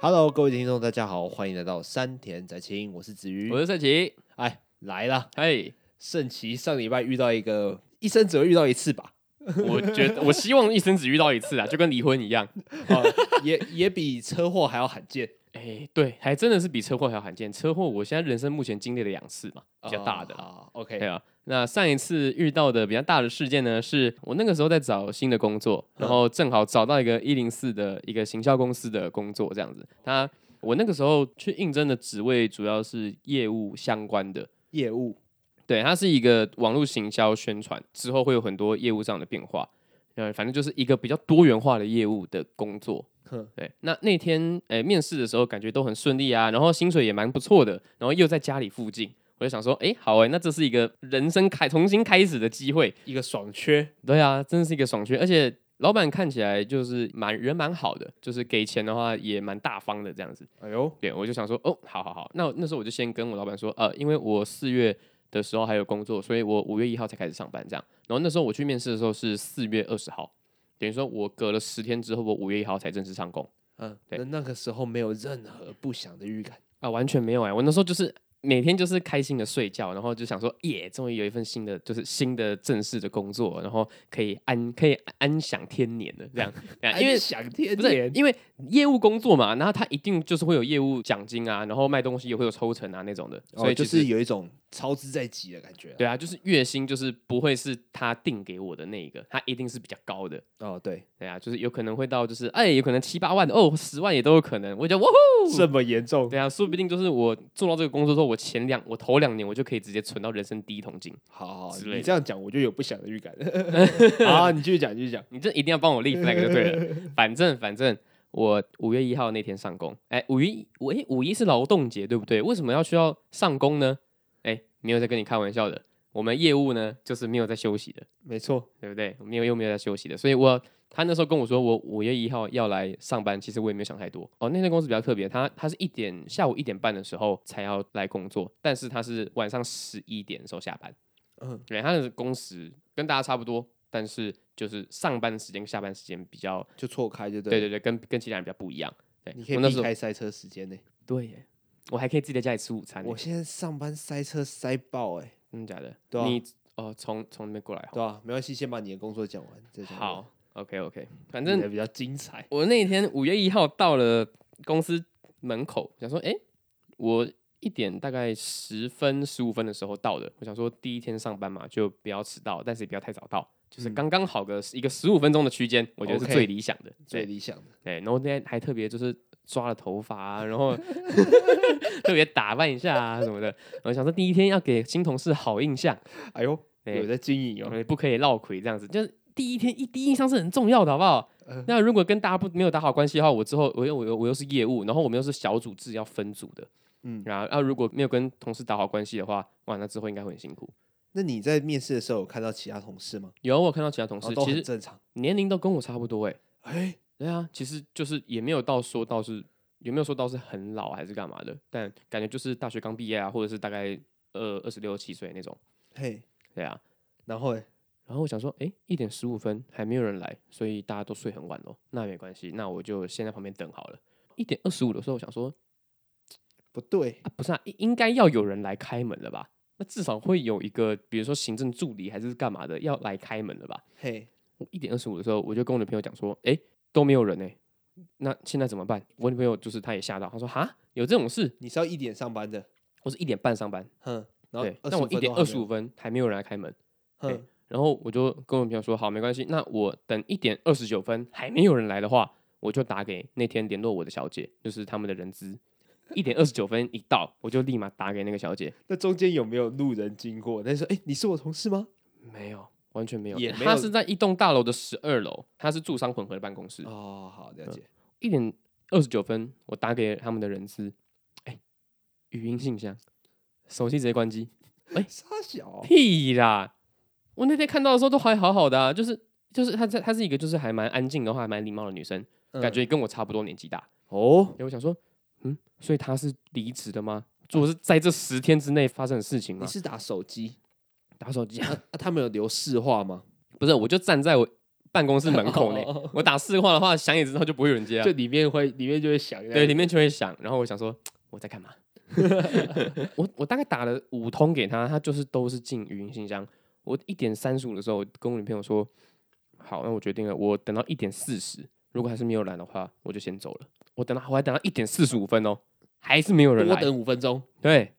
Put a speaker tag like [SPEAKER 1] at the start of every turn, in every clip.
[SPEAKER 1] Hello，各位听众，大家好，欢迎来到山田宅青，我是子瑜
[SPEAKER 2] 我。是盛奇，
[SPEAKER 1] 哎，来了，
[SPEAKER 2] 嘿，
[SPEAKER 1] 圣奇上礼拜遇到一个一生只会遇到一次吧，
[SPEAKER 2] 我觉得我希望一生只遇到一次啊，就 跟离婚一样。
[SPEAKER 1] 啊，也也比车祸还要罕见，
[SPEAKER 2] 哎、对，还真的是比车祸还要罕见。车祸我现在人生目前经历了两次嘛，比较大的啦。
[SPEAKER 1] 啊
[SPEAKER 2] 对
[SPEAKER 1] ，OK，
[SPEAKER 2] 啊，那上一次遇到的比较大的事件呢，是我那个时候在找新的工作，
[SPEAKER 1] 嗯
[SPEAKER 2] 然后正好找到一个一零四的一个行销公司的工作，这样子。他我那个时候去应征的职位主要是业务相关的，
[SPEAKER 1] 业务
[SPEAKER 2] 对，它是一个网络行销宣传，之后会有很多业务上的变化。呃，反正就是一个比较多元化的业务的工作。
[SPEAKER 1] 哼
[SPEAKER 2] 对，那那天诶面试的时候感觉都很顺利啊，然后薪水也蛮不错的，然后又在家里附近，我就想说，诶，好诶，那这是一个人生开重新开始的机会。
[SPEAKER 1] 一个爽缺，
[SPEAKER 2] 对啊，真是一个爽缺，而且老板看起来就是蛮人蛮好的，就是给钱的话也蛮大方的这样子。
[SPEAKER 1] 哎呦，
[SPEAKER 2] 对，我就想说，哦，好好好，那那时候我就先跟我老板说，呃，因为我四月的时候还有工作，所以我五月一号才开始上班这样。然后那时候我去面试的时候是四月二十号，等于说我隔了十天之后，我五月一号才正式上工
[SPEAKER 1] 嗯，
[SPEAKER 2] 对
[SPEAKER 1] 那那个时候没有任何不祥的预感，
[SPEAKER 2] 啊、完全没有哎、我那时候就是每天就是开心的睡觉，然后就想说，耶，终于有一份新的就是新的正式的工作，然后可以安可以安享天年的 这样，对啊因为
[SPEAKER 1] 安享天
[SPEAKER 2] 不是
[SPEAKER 1] 年，
[SPEAKER 2] 因为业务工作嘛，然后他一定就是会有业务奖金啊，然后卖东西也会有抽成啊那种的，所
[SPEAKER 1] 哦，
[SPEAKER 2] 以
[SPEAKER 1] 就
[SPEAKER 2] 其
[SPEAKER 1] 是
[SPEAKER 2] 实
[SPEAKER 1] 有一种操之在即的感觉。
[SPEAKER 2] 对啊，就是月薪就是不会是他定给我的那一个，他一定是比较高的。
[SPEAKER 1] 哦，对，
[SPEAKER 2] 对啊，就是有可能会到就是哎，有可能七八万哦，十万也都有可能。我觉得哇
[SPEAKER 1] 这么严重
[SPEAKER 2] 呼，，对啊，说不定就是我做到这个工作之后，我前两我头两年我就可以直接存到人生第一桶金。
[SPEAKER 1] 好好，
[SPEAKER 2] 之类
[SPEAKER 1] 你
[SPEAKER 2] 的
[SPEAKER 1] 这样讲我就有不祥的预感。好，你继续讲，继续讲。
[SPEAKER 2] 你这一定要帮我立 flag 就对了。反正反正我五月一号那天上工，哎，五一五哎五一是劳动节对不对？为什么要需要上工呢？哎，没有在跟你开玩笑的，我们业务呢就是没有在休息的。
[SPEAKER 1] 没错，
[SPEAKER 2] 对不对？没有又没有在休息的，所以我他那时候跟我说我五月一号要来上班，其实我也没有想太多。哦，那间公司比较特别，他他是一点下午一点半的时候才要来工作，但是他是晚上十一点的时候下班。
[SPEAKER 1] 嗯，
[SPEAKER 2] 对，他的工时跟大家差不多，但是就是上班时间跟下班时间比较，
[SPEAKER 1] 就错开就对。
[SPEAKER 2] 对对对，跟跟其他人比较不一样。对，
[SPEAKER 1] 你可以
[SPEAKER 2] 我那时
[SPEAKER 1] 避
[SPEAKER 2] 候
[SPEAKER 1] 开塞车时间呢、
[SPEAKER 2] 对耶，我还可以自己在家里吃午餐耶。
[SPEAKER 1] 我现在上班塞车塞爆哎、
[SPEAKER 2] 真的假的？
[SPEAKER 1] 对啊
[SPEAKER 2] 你哦，从从那边过来哈。
[SPEAKER 1] 对吧、没关系，先把你的工作讲完，再讲我的。
[SPEAKER 2] 好，OK OK，反
[SPEAKER 1] 你
[SPEAKER 2] 正
[SPEAKER 1] 的比较精彩。
[SPEAKER 2] 我那天五月一号到了公司门口，想说，哎、我一点大概十分十五分的时候到的。我想说，第一天上班嘛，就不要迟到，但是也不要太早到，就是
[SPEAKER 1] 嗯
[SPEAKER 2] 刚刚好个一个十五分钟的区间，我觉得是
[SPEAKER 1] OK
[SPEAKER 2] 最理想的。
[SPEAKER 1] 最
[SPEAKER 2] 对
[SPEAKER 1] 理想的，
[SPEAKER 2] 对，然后那天还特别就是抓了头发、啊，然后 特别打扮一下啊什么的。我想说，第一天要给新同事好印象，
[SPEAKER 1] 哎呦，
[SPEAKER 2] 对
[SPEAKER 1] 有在经营
[SPEAKER 2] 我
[SPEAKER 1] 哦、
[SPEAKER 2] 们不可以落魁这样子，就是第一天一第一印象是很重要的，好不好？
[SPEAKER 1] 嗯
[SPEAKER 2] 那如果跟大家不没有打好关系的话，我之后我又我又我又是业务，然后我们又是小组制要分组的，
[SPEAKER 1] 嗯
[SPEAKER 2] 嗯，然后啊如果没有跟同事打好关系的话，哇，那之后应该会很辛苦。
[SPEAKER 1] 那你在面试的时候有看到其他同事吗？
[SPEAKER 2] 有我有看到其他同
[SPEAKER 1] 哦
[SPEAKER 2] 事，
[SPEAKER 1] 都
[SPEAKER 2] 其
[SPEAKER 1] 很
[SPEAKER 2] 实
[SPEAKER 1] 正常。
[SPEAKER 2] 年龄都跟我差不多哎、
[SPEAKER 1] 哎、
[SPEAKER 2] 对啊，其实就是也没有到说到是有没有说到是很老还是干嘛的，但感觉就是大学刚毕业啊，或者是大概呃二十六七岁那种，
[SPEAKER 1] 嘿，
[SPEAKER 2] 对啊。
[SPEAKER 1] 然后、欸、
[SPEAKER 2] 然后我想说，哎，一点十五分还没有人来，所以大家都睡很晚咯。那没关系，那我就先在旁边等好了。一点二十五的时候，我想说，
[SPEAKER 1] 不对，
[SPEAKER 2] 啊，不是啊，应应该要有人来开门了吧？那至少会有一个，比如说行政助理还是干嘛的，要来开门了吧？
[SPEAKER 1] 嘿，
[SPEAKER 2] 我一点二十五的时候，我就跟我女朋友讲说，哎，都没有人呢、那现在怎么办？我女朋友就是她也吓到，她说哈，有这种事？
[SPEAKER 1] 你是要一点上班的，
[SPEAKER 2] 我是一点半上班，
[SPEAKER 1] 哼，然后
[SPEAKER 2] 对，但我一点二十
[SPEAKER 1] 五，
[SPEAKER 2] 五分还没有人来开门，
[SPEAKER 1] 哼，
[SPEAKER 2] 然后我就跟我朋友说，好，没关系，那我等一点二十九分还没有人来的话，我就打给那天联络我的小姐，就是他们的人资。一点二十九分一到，我就立马打给那个小姐，
[SPEAKER 1] 那中间有没有路人经过？他说：“哎、你是我同事吗
[SPEAKER 2] 没有，完全没有，
[SPEAKER 1] 也没
[SPEAKER 2] 她
[SPEAKER 1] 有
[SPEAKER 2] 是在一栋大楼的十二楼，她是住嗯商混合的办公？”室。
[SPEAKER 1] 哦，好，了解。
[SPEAKER 2] 一点二十九分，我打给他们的人资，哎，语音信箱，手机直接关机，
[SPEAKER 1] 傻小哦、
[SPEAKER 2] 屁啦！我那天看到的时候都还好好的、啊，就是就是她在她是一个就是还蛮安静的话，还蛮礼貌的女生，
[SPEAKER 1] 嗯
[SPEAKER 2] 感觉跟我差不多年纪大。
[SPEAKER 1] 哦，
[SPEAKER 2] 哎，我想说，嗯，所以他是离职的吗？我是在这十天之内发生的事情吗
[SPEAKER 1] 你？是打手机，
[SPEAKER 2] 打手机、
[SPEAKER 1] 啊啊他们有留市话吗？
[SPEAKER 2] 不是，我就站在我办公室门口
[SPEAKER 3] 哦哦
[SPEAKER 2] 呢。我打市话的话，响也知道就不会有人接啊
[SPEAKER 3] 就。里面会里面就会想，
[SPEAKER 2] 对，里面就会响。然后我想说我在 干嘛？我我大概打了五通给他，他就是都是进语音信箱。我一点三十五的时候，我跟我女朋友说，好，那我决定了，我等到一点四十，如果还是没有来的话，我就先走了。我等到我还等到一点四十五分哦，还是没有人
[SPEAKER 3] 多
[SPEAKER 2] 来。
[SPEAKER 3] 等五分钟，
[SPEAKER 2] 对，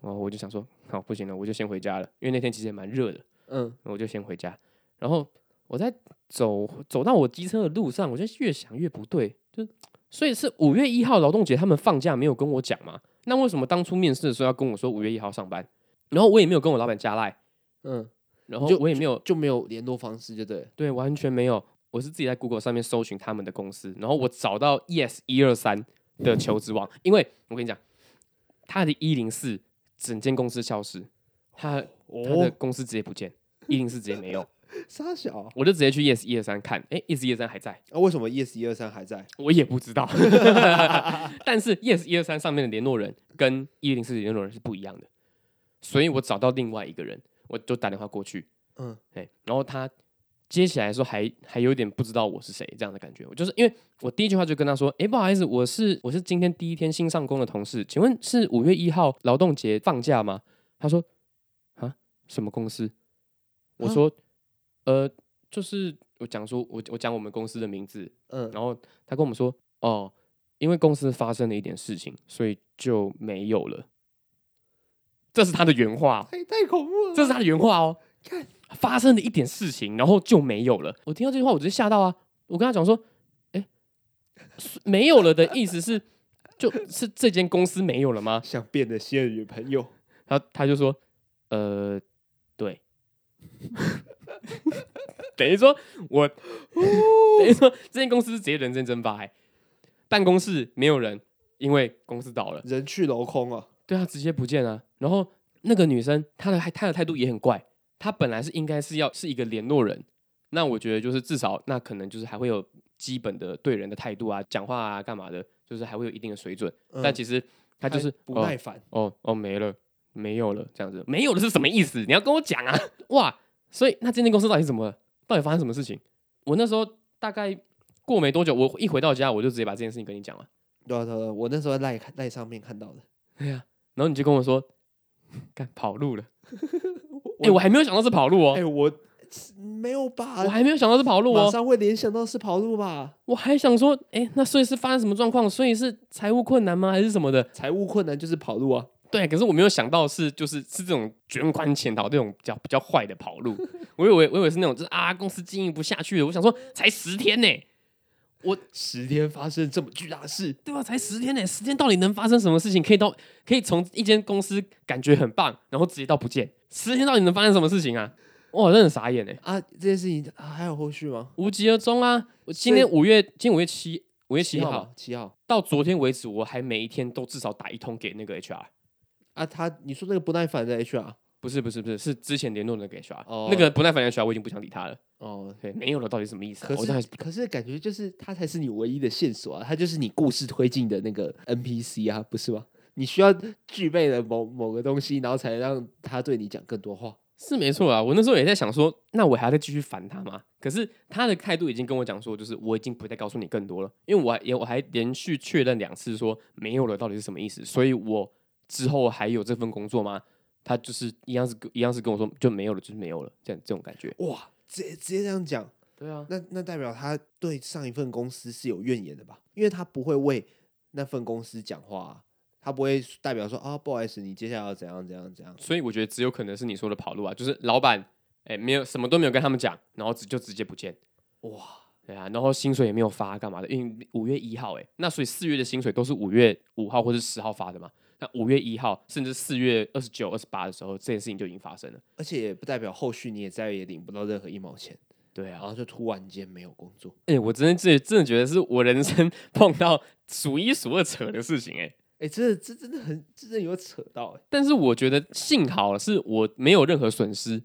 [SPEAKER 2] 然后我就想说，好，不行了，我就先回家了，因为那天其实也蛮热的。
[SPEAKER 3] 嗯，
[SPEAKER 2] 我就先回家。然后我在走走到我机车的路上，我就越想越不对，就所以是五月一号劳动节他们放假没有跟我讲嘛？那为什么当初面试的时候要跟我说五月一号上班？然后我也没有跟我老板加赖，
[SPEAKER 3] 嗯，
[SPEAKER 2] 然后
[SPEAKER 3] 就
[SPEAKER 2] 我也没有
[SPEAKER 3] 就没有联络方式，就对了，
[SPEAKER 2] 对完全没有，我是自己在 Google 上面搜寻他们的公司，然后我找到 Yes 一二三的求职网，因为我跟你讲，他的一零四整间公司消失，他他的
[SPEAKER 3] 哦，
[SPEAKER 2] 公司直接不见，一零四直接没有。
[SPEAKER 1] 傻小啊？
[SPEAKER 2] 我就直接去 yes 一二三看，哎、y e s 一二三还在，
[SPEAKER 1] 为什么 yes 一二三还在？
[SPEAKER 2] 我也不知道。 但是 yes 一二三上面的联络人跟一零四联络人是不一样的，所以我找到另外一个人，我就打电话过去，
[SPEAKER 1] 嗯
[SPEAKER 2] 嗯，哎、然后他接起来的时候还还有点不知道我是谁这样的感觉，我就是因为我第一句话就跟他说，哎、不好意思，我是我是今天第一天新上工的同事，请问是五月一号劳动节放假吗？他说啊，什么公司？我
[SPEAKER 1] 啊
[SPEAKER 2] 说呃，就是我讲说我我讲我们公司的名字，
[SPEAKER 1] 嗯，
[SPEAKER 2] 然后他跟我们说，哦，因为公司发生了一点事情，所以就没有了。这是他的原话，
[SPEAKER 1] 太太恐怖了。
[SPEAKER 2] 这是他的原话哦
[SPEAKER 1] 看。
[SPEAKER 2] 发生了一点事情，然后就没有了。我听到这句话，我直接吓到啊！我跟他讲说，哎，是没有了的意思是，就是这间公司没有了吗？
[SPEAKER 1] 想变得仙女朋 友，
[SPEAKER 2] 然后他就说，呃，对， 等于说我，
[SPEAKER 1] 哦
[SPEAKER 2] 等于说这间公司是直接人间蒸发、欸，办公室没有人，因为公司倒了，
[SPEAKER 1] 人去楼空啊！
[SPEAKER 2] 对啊，直接不见啊。然后那个女生，她的她的态度也很怪，她本来是应该是要是一个联络人，那我觉得就是至少那可能就是还会有基本的对人的态度啊，讲话啊干嘛的，就是还会有一定的水准。
[SPEAKER 1] 嗯
[SPEAKER 2] 但其实她就是
[SPEAKER 1] 不
[SPEAKER 2] 哦
[SPEAKER 1] 耐烦，
[SPEAKER 2] 哦哦，没了，没有了，这样子，没有了是什么意思？你要跟我讲啊！哇，所以那这间公司到底是怎么了？到底发生什么事情？我那时候大概过没多久，我一回到家，我就直接把这件事情跟你讲了。
[SPEAKER 1] 对啊对啊对啊，我那时候在赖赖上面看到的。
[SPEAKER 2] 对呀、然后你就跟我说，干跑路了。哎、
[SPEAKER 1] 我
[SPEAKER 2] 我还没有想到是跑路哦，
[SPEAKER 1] 哎，我没有吧？
[SPEAKER 2] 我还没有想到是跑路
[SPEAKER 1] 马
[SPEAKER 2] 哦，
[SPEAKER 1] 上会联想到是跑路吧？
[SPEAKER 2] 我还想说，哎、那所以是发生什么状况？所以是财务困难吗？还是什么的？
[SPEAKER 1] 财务困难就是跑路啊！
[SPEAKER 2] 对，可是我没有想到是就是是这种卷款潜逃这种比较比较坏的跑路， 我以为我以为是那种就是啊公司经营不下去了，我想说才十天呢、
[SPEAKER 1] 十天发生这么巨大的事，
[SPEAKER 2] 对啊吧？才十天呢、十天到底能发生什么事情？可以到可以从一间公司感觉很棒，然后直接到不见，十天到底能发生什么事情啊？哇，真的傻眼呢、
[SPEAKER 1] 啊，这件事情、啊还有后续吗？
[SPEAKER 2] 无疾而终啊！我今天五月，今天五月七，五月七号
[SPEAKER 1] 嘛，七号
[SPEAKER 2] 到昨天为止，我还每一天都至少打一通给那个 HR。
[SPEAKER 1] 啊，他你说那个不耐烦的 HR
[SPEAKER 2] 不是不是不是，是之前联络的那个 HR，、
[SPEAKER 1] 哦
[SPEAKER 2] 那个不耐烦的 HR 我已经不想理他了。
[SPEAKER 1] 哦，
[SPEAKER 2] 对，没有了，到底什么意思啊、
[SPEAKER 1] 可
[SPEAKER 2] 我当然
[SPEAKER 1] 是可是感觉就是他才是你唯一的线索啊，他就是你故事推进的那个 NPC 啊，不是吗？你需要具备了某某个东西，然后才让他对你讲更多话。
[SPEAKER 2] 是没错啊，我那时候也在想说，那我还要再继续烦他吗？可是他的态度已经跟我讲说，就是我已经不再告诉你更多了，因为我还也我还连续确认两次说没有了，到底是什么意思？所以我之后还有这份工作吗？他就是一样是一样是跟我说就没有了，就是没有了，这样这种感觉。
[SPEAKER 1] 哇，直接直接这样讲，
[SPEAKER 2] 对啊，
[SPEAKER 1] 那那代表他对上一份公司是有怨言的吧？因为他不会为那份公司讲话、啊，他不会代表说啊，不好意思，你接下来要怎样怎样怎样。
[SPEAKER 2] 所以我觉得只有可能是你说的跑路啊，就是老板哎、没有什么都没有跟他们讲，然后直就直接不见。
[SPEAKER 1] 哇，
[SPEAKER 2] 对啊，然后薪水也没有发，干嘛的？因为五月一号、欸，那所以四月的薪水都是五月五号或是十号发的嘛。那五月一号，甚至四月二十九、二十八的时候，这件事情就已经发生了。
[SPEAKER 1] 而且也不代表后续你也再也领不到任何一毛钱，
[SPEAKER 2] 对
[SPEAKER 1] 然，
[SPEAKER 2] 啊
[SPEAKER 1] 后就突然间没有工作。
[SPEAKER 2] 哎、我真的这真的觉得是我人生 碰到数一数二扯的事情、欸，哎，
[SPEAKER 1] 哎、这这真的很，这真的有扯到哎、
[SPEAKER 2] 但是我觉得幸好是我没有任何损失，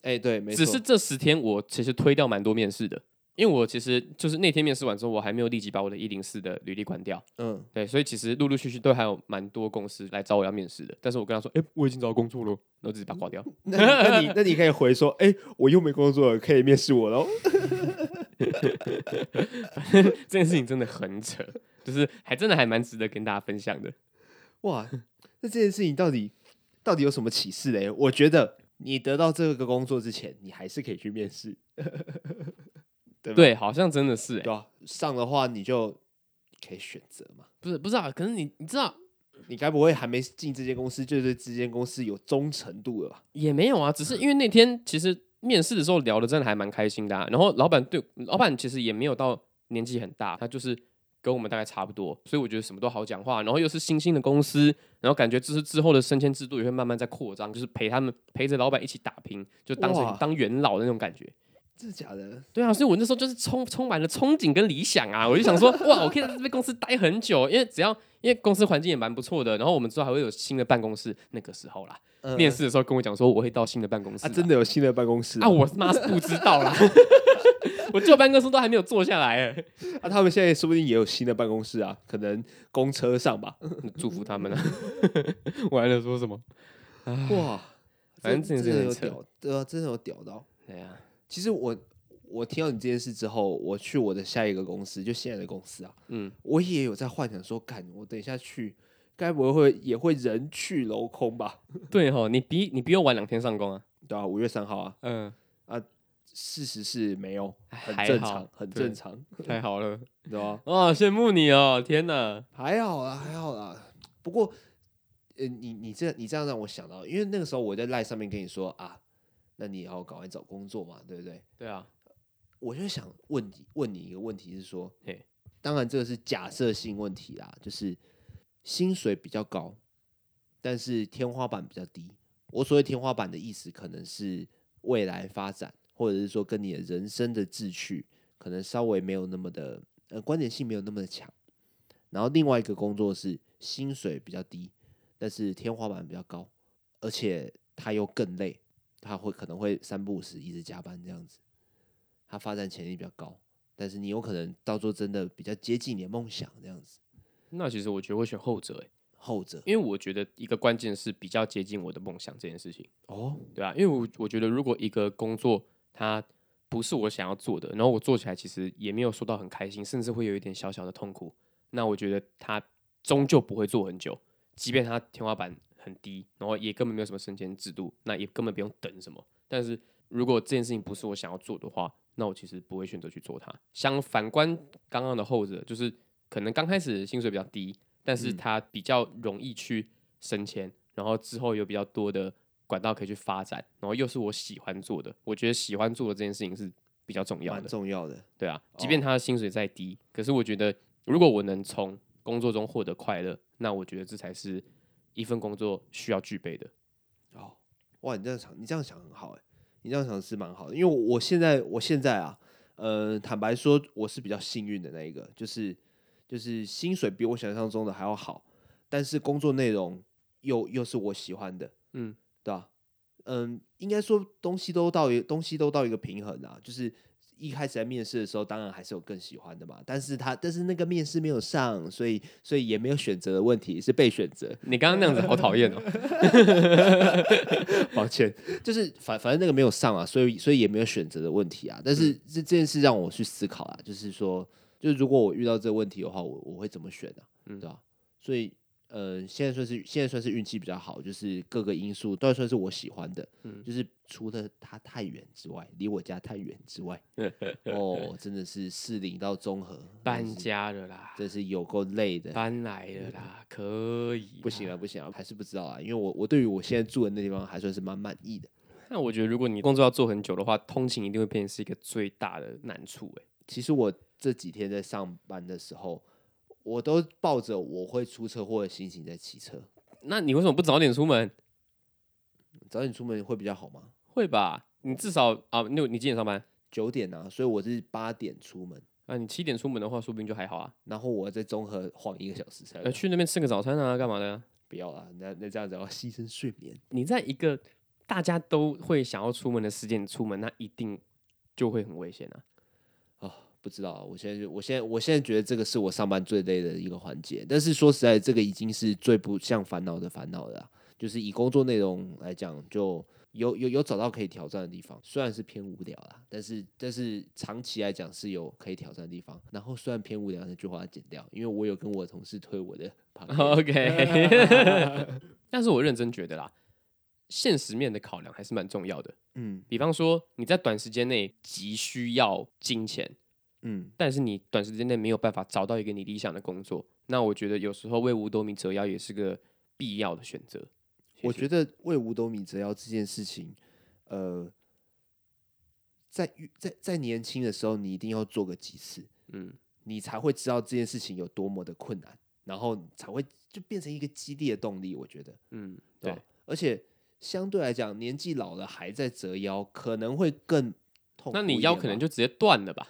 [SPEAKER 1] 哎、对，没错，
[SPEAKER 2] 只是这十天我其实推掉蛮多面试的，因为我其实就是那天面试完之后，我还没有立即把我的一零四的履历关掉，
[SPEAKER 1] 嗯，
[SPEAKER 2] 对，所以其实陆陆续续都还有蛮多公司来找我要面试的，但是我跟他说，哎、我已经找到工作了，然后自己把它挂掉。
[SPEAKER 1] 那你那你那你可以回说，哎、我又没工作了，可以面试我喽。
[SPEAKER 2] 这件事情真的很扯，就是还真的还蛮值得跟大家分享的。
[SPEAKER 1] 哇，那这件事情到底到底有什么启示嘞？我觉得你得到这个工作之前，你还是可以去面试，对吧
[SPEAKER 2] 对，好像真的是、
[SPEAKER 1] 对
[SPEAKER 2] 欸，
[SPEAKER 1] 吧、上的话你就可以选择嘛。
[SPEAKER 2] 不是不知道、可是你你知道
[SPEAKER 1] 你该不会还没进这间公司就对这间公司有忠诚度了吧？
[SPEAKER 2] 也没有啊，只是
[SPEAKER 1] 嗯
[SPEAKER 2] 因为那天其实面试的时候聊的真的还蛮开心的、啊，然后老板对老板其实也没有到年纪很大，他就是跟我们大概差不多，所以我觉得什么都好讲话，然后又是新兴的公司，然后感觉就是之后的升迁制度也会慢慢在扩张，就是陪他们陪着老板一起打拼，就当成
[SPEAKER 1] 哇
[SPEAKER 2] 当元老的那种感觉。
[SPEAKER 1] 真的假的？
[SPEAKER 2] 对啊，所以我那时候就是充充满了憧憬跟理想啊，我就想说，哇，我可以在这边公司待很久，因为只要因为公司环境也蛮不错的，然后我们之后还会有新的办公室，那个时候啦，
[SPEAKER 1] 嗯
[SPEAKER 2] 面试的时候跟我讲说我会到新的办公室
[SPEAKER 1] 啊，
[SPEAKER 2] 啦，
[SPEAKER 1] 真的有新的办公室
[SPEAKER 2] 啊，我他妈是不知道 啦，我旧办公室都还没有坐下来 欸，
[SPEAKER 1] 啊，他们现在说不定也有新的办公室啊，可能公车上吧。
[SPEAKER 2] 祝福他们啊， 我还能说什么？
[SPEAKER 1] 哇，
[SPEAKER 2] 反正
[SPEAKER 1] 真
[SPEAKER 2] 这
[SPEAKER 1] 真的
[SPEAKER 2] 个真的
[SPEAKER 1] 有
[SPEAKER 2] 很
[SPEAKER 1] 屌，对啊，真的有屌到。
[SPEAKER 2] 对啊，
[SPEAKER 1] 其实我我听到你这件事之后，我去我的下一个公司，就现在的公司啊，
[SPEAKER 2] 嗯，
[SPEAKER 1] 我也有在幻想说，干，我等一下去，该不会也会人去楼空吧？
[SPEAKER 2] 对哈，你比你比我晚两天上工啊，
[SPEAKER 1] 对啊，五月三号啊，
[SPEAKER 2] 嗯，
[SPEAKER 1] 事实是没有，很
[SPEAKER 2] 还
[SPEAKER 1] 正
[SPEAKER 2] 好
[SPEAKER 1] 常，很
[SPEAKER 2] 对
[SPEAKER 1] 正常，
[SPEAKER 2] 太好了，
[SPEAKER 1] 对吧？
[SPEAKER 2] 哦，羡慕你哦，天哪，
[SPEAKER 1] 还好啦，还好啦。不过，呃，你你这你这样让我想到，因为那个时候我在赖上面跟你说啊，那你要赶快找工作嘛，对不对？
[SPEAKER 2] 对啊，
[SPEAKER 1] 我就想问你问你一个问题是说
[SPEAKER 2] 嘿，
[SPEAKER 1] 当然这个是假设性问题啦，就是薪水比较高，但是天花板比较低。我所谓天花板的意思，可能是未来发展，或者是说跟你的人生的志趣，可能稍微没有那么的呃关联性没有那么的强。然后另外一个工作是薪水比较低，但是天花板比较高，而且他又更累，他会可能会三不五时一直加班这样子。它发展潜力比较高，但是你有可能到时候真的比较接近你的梦想这样子。
[SPEAKER 2] 那其实我觉得我会选后者欸，
[SPEAKER 1] 后者
[SPEAKER 2] 因为我觉得一个关键是比较接近我的梦想这件事情，
[SPEAKER 1] 哦，
[SPEAKER 2] 对啊，因为我我觉得如果一个工作它不是我想要做的，然后我做起来其实也没有说到很开心，甚至会有一点小小的痛苦，那我觉得它终究不会做很久，即便它天花板很低，然后也根本没有什么升迁制度，那也根本不用等什么。但是如果这件事情不是我想要做的话，那我其实不会选择去做它。相反观刚刚的后者，就是可能刚开始薪水比较低，但是
[SPEAKER 1] 嗯
[SPEAKER 2] 它比较容易去升迁，然后之后有比较多的管道可以去发展，然后又是我喜欢做的，我觉得喜欢做的这件事情是比较重要
[SPEAKER 1] 蛮
[SPEAKER 2] 的。
[SPEAKER 1] 重要的。
[SPEAKER 2] 对啊，即
[SPEAKER 1] 哦
[SPEAKER 2] 便他的薪水再低，可是我觉得如果我能从工作中获得快乐，那我觉得这才是一份工作需要具备的。
[SPEAKER 1] 哦，哇，你这样想，你这样想很好哎，你这样想是蛮好的，因为我我现在我现在啊，呃，坦白说，我是比较幸运的那一个，就是就是薪水比我想象中的还要好，但是工作内容又又是我喜欢的，
[SPEAKER 2] 嗯，
[SPEAKER 1] 对吧、啊嗯，应该说东西都到一东西都到一个平衡啊，就是一开始在面试的时候，当然还是有更喜欢的嘛，但是他但是那个面试没有上，所以所以也没有选择的问题，是被选择，
[SPEAKER 2] 你刚刚那样子好讨厌 哦。
[SPEAKER 1] 抱歉， 就是反反正那个没有上啊，所以所以也没有选择的问题啊。但是
[SPEAKER 2] 嗯
[SPEAKER 1] 这这件事让我去思考啊，就是说，就是如果我遇到这个问题的话，我我会怎么选呢、啊？
[SPEAKER 2] 嗯
[SPEAKER 1] 对吧、所以呃，现在算是现在算是运气比较好，就是各个因素都算是我喜欢的，
[SPEAKER 2] 嗯
[SPEAKER 1] 就是除了它太远之外，离我家太远之 外，哦，真的是士林到中和
[SPEAKER 2] 搬，家了啦，
[SPEAKER 1] 真的是真是有够累的。
[SPEAKER 2] 搬来了啦，可以。
[SPEAKER 1] 不行啊了，，不行了，还是不知道啊，因为我我对于我现在住的那地方还算是蛮满意的。
[SPEAKER 2] 那我觉得如果你工作要做很久的话，通勤一定会变成是一个最大的难处、欸。
[SPEAKER 1] 其实我这几天在上班的时候，我都抱着我会出车祸的心情在骑车。
[SPEAKER 2] 那你为什么不早点出门？
[SPEAKER 1] 早点出门会比较好吗？
[SPEAKER 2] 会吧？你至少啊，你你几点上班？
[SPEAKER 1] 九点啊，所以我是八点出门，
[SPEAKER 2] 啊，你七点出门的话，说不定就还好啊。
[SPEAKER 1] 然后我在中和晃一个小时才
[SPEAKER 2] 呃，去那边吃个早餐啊，干嘛的啊、
[SPEAKER 1] 不要啦，那那这样子要牺牲睡眠。
[SPEAKER 2] 你在一个大家都会想要出门的时间出门，那一定就会很危险啊。
[SPEAKER 1] 哦，不知道，我现在就我现在我现在觉得这个是我上班最累的一个环节，但是说实在，这个已经是最不像烦恼的烦恼了啊、就是以工作内容来讲，就有有有找到可以挑战的地方，虽然是偏无聊啦，但是但是长期来讲是有可以挑战的地方。然后虽然偏无聊那句话剪掉，因为我有跟我的同事推我的 podcast，
[SPEAKER 2] OK，但是 我认真觉得啦，现实面的考量还是蛮重要的。
[SPEAKER 1] 嗯
[SPEAKER 2] 比方说，你在短时间内急需要金钱，
[SPEAKER 1] 嗯
[SPEAKER 2] 但是你短时间内没有办法找到一个你理想的工作，那我觉得有时候为五斗米折腰也是个必要的选择。
[SPEAKER 1] 我觉得为五斗米折腰这件事情，呃，在遇在在年轻的时候，你一定要做个几次，
[SPEAKER 2] 嗯，
[SPEAKER 1] 你才会知道这件事情有多么的困难，然后你才会就变成一个激励的动力。我觉得，
[SPEAKER 2] 嗯，
[SPEAKER 1] 对
[SPEAKER 2] 对
[SPEAKER 1] 吧，而且相对来讲，年纪老了还在折腰，可能会更痛苦一点吧。
[SPEAKER 2] 那你腰可能就直接断了吧？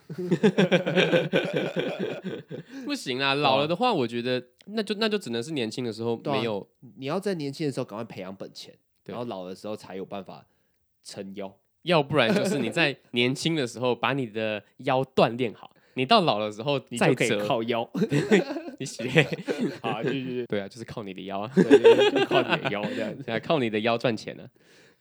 [SPEAKER 2] 不行啊，老了的话，我觉得那就那就只能是年轻的时候
[SPEAKER 1] 对啊
[SPEAKER 2] 没有。
[SPEAKER 1] 你要在年轻的时候赶快培养本钱，
[SPEAKER 2] 对
[SPEAKER 1] 然后老的时候才有办法撑腰。
[SPEAKER 2] 要不然就是你在年轻的时候把你的腰锻炼好，你到老的时候
[SPEAKER 3] 你
[SPEAKER 2] 再
[SPEAKER 3] 就可以
[SPEAKER 2] 折，
[SPEAKER 3] 靠腰，
[SPEAKER 2] 你写
[SPEAKER 3] 好，就是
[SPEAKER 2] 对啊，就是靠你的腰啊，
[SPEAKER 3] 对对对就靠你的腰这样子。
[SPEAKER 2] 对啊，靠你的腰赚钱啊呢、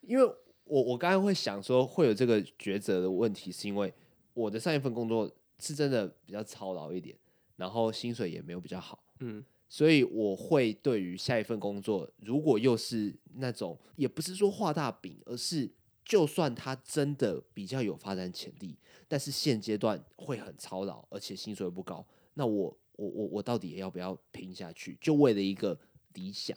[SPEAKER 1] 因为我我刚才会想说会有这个抉择的问题，是因为我的上一份工作是真的比较操劳一点，然后薪水也没有比较好，
[SPEAKER 2] 嗯，
[SPEAKER 1] 所以我会对于下一份工作，如果又是那种也不是说画大饼，而是就算它真的比较有发展潜力，但是现阶段会很操劳，而且薪水不高，那我我我我到底要不要拼下去？就为了一个理想，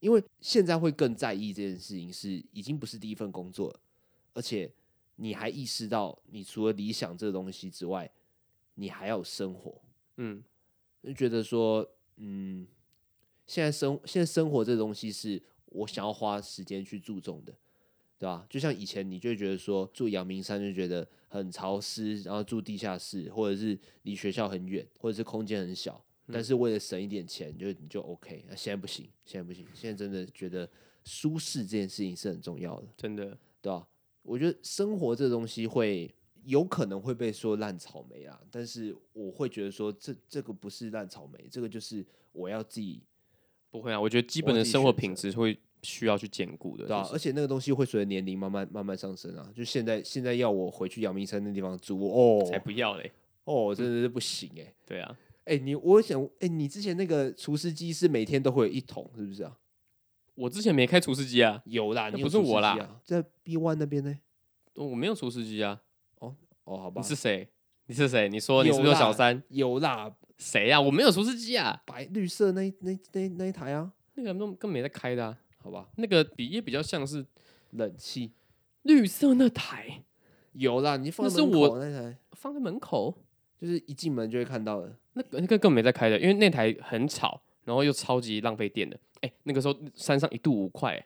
[SPEAKER 1] 因为现在会更在意这件事情是，已经不是第一份工作了，而且你还意识到，你除了理想这个东西之外，你还要有生活，
[SPEAKER 2] 嗯，
[SPEAKER 1] 就觉得说，嗯，现在生现在生活这东西是我想要花时间去注重的，对吧？就像以前你就会觉得说住阳明山就觉得很潮湿，然后住地下室，或者是离学校很远，或者是空间很小，
[SPEAKER 2] 嗯
[SPEAKER 1] 但是为了省一点钱，就你就 OK。那现在不行，现在不行，现在真的觉得舒适这件事情是很重要的。
[SPEAKER 2] 真的，
[SPEAKER 1] 对吧、我觉得生活这东西会有可能会被说烂草莓啦，但是我会觉得说这这个不是烂草莓，这个就是我要自己
[SPEAKER 2] 不会啊，我觉得基
[SPEAKER 1] 我
[SPEAKER 2] 本的
[SPEAKER 1] 自己
[SPEAKER 2] 生活
[SPEAKER 1] 选择
[SPEAKER 2] 品质会需要去兼顾的，
[SPEAKER 1] 对啊
[SPEAKER 2] 就，是
[SPEAKER 1] 而且那个东西会随着年龄慢慢慢慢上升啊。就现在现在要我回去阳明山那地方住哦
[SPEAKER 2] 才不要嘞，
[SPEAKER 1] 哦，真的是不行哎、欸、
[SPEAKER 2] 对啊，
[SPEAKER 1] 哎、你我想哎、你之前那个除湿机是每天都会有一桶是不是啊？
[SPEAKER 2] 我之前没开除湿机啊，
[SPEAKER 1] 有啦，
[SPEAKER 2] 那
[SPEAKER 1] 你有
[SPEAKER 2] 不是
[SPEAKER 1] 除湿
[SPEAKER 2] 我
[SPEAKER 1] 机
[SPEAKER 2] 啦
[SPEAKER 1] 啊，在 B One 那边呢。
[SPEAKER 2] 我没有除湿机啊，
[SPEAKER 1] 哦，好吧
[SPEAKER 2] 你，是谁？你是谁？你说你
[SPEAKER 1] 有
[SPEAKER 2] 是不是有
[SPEAKER 1] 啦
[SPEAKER 2] 小三？
[SPEAKER 1] 有啦，
[SPEAKER 2] 谁啊？我没有除湿机啊，
[SPEAKER 1] 白绿色那一那那那一台啊，
[SPEAKER 2] 那个都根本没在开的、啊，
[SPEAKER 1] 好吧，
[SPEAKER 2] 那个比也比较像是
[SPEAKER 1] 冷气。
[SPEAKER 2] 绿色那台，
[SPEAKER 1] 有啦，你放
[SPEAKER 2] 那
[SPEAKER 1] 在
[SPEAKER 2] 是
[SPEAKER 1] 门
[SPEAKER 2] 我
[SPEAKER 1] 口那台，
[SPEAKER 2] 放在门口，
[SPEAKER 1] 就是一进门就会看到的。
[SPEAKER 2] 那个那个根本没在开的，因为那台很吵，然后又超级浪费电的。哎、那个时候山上一度五块、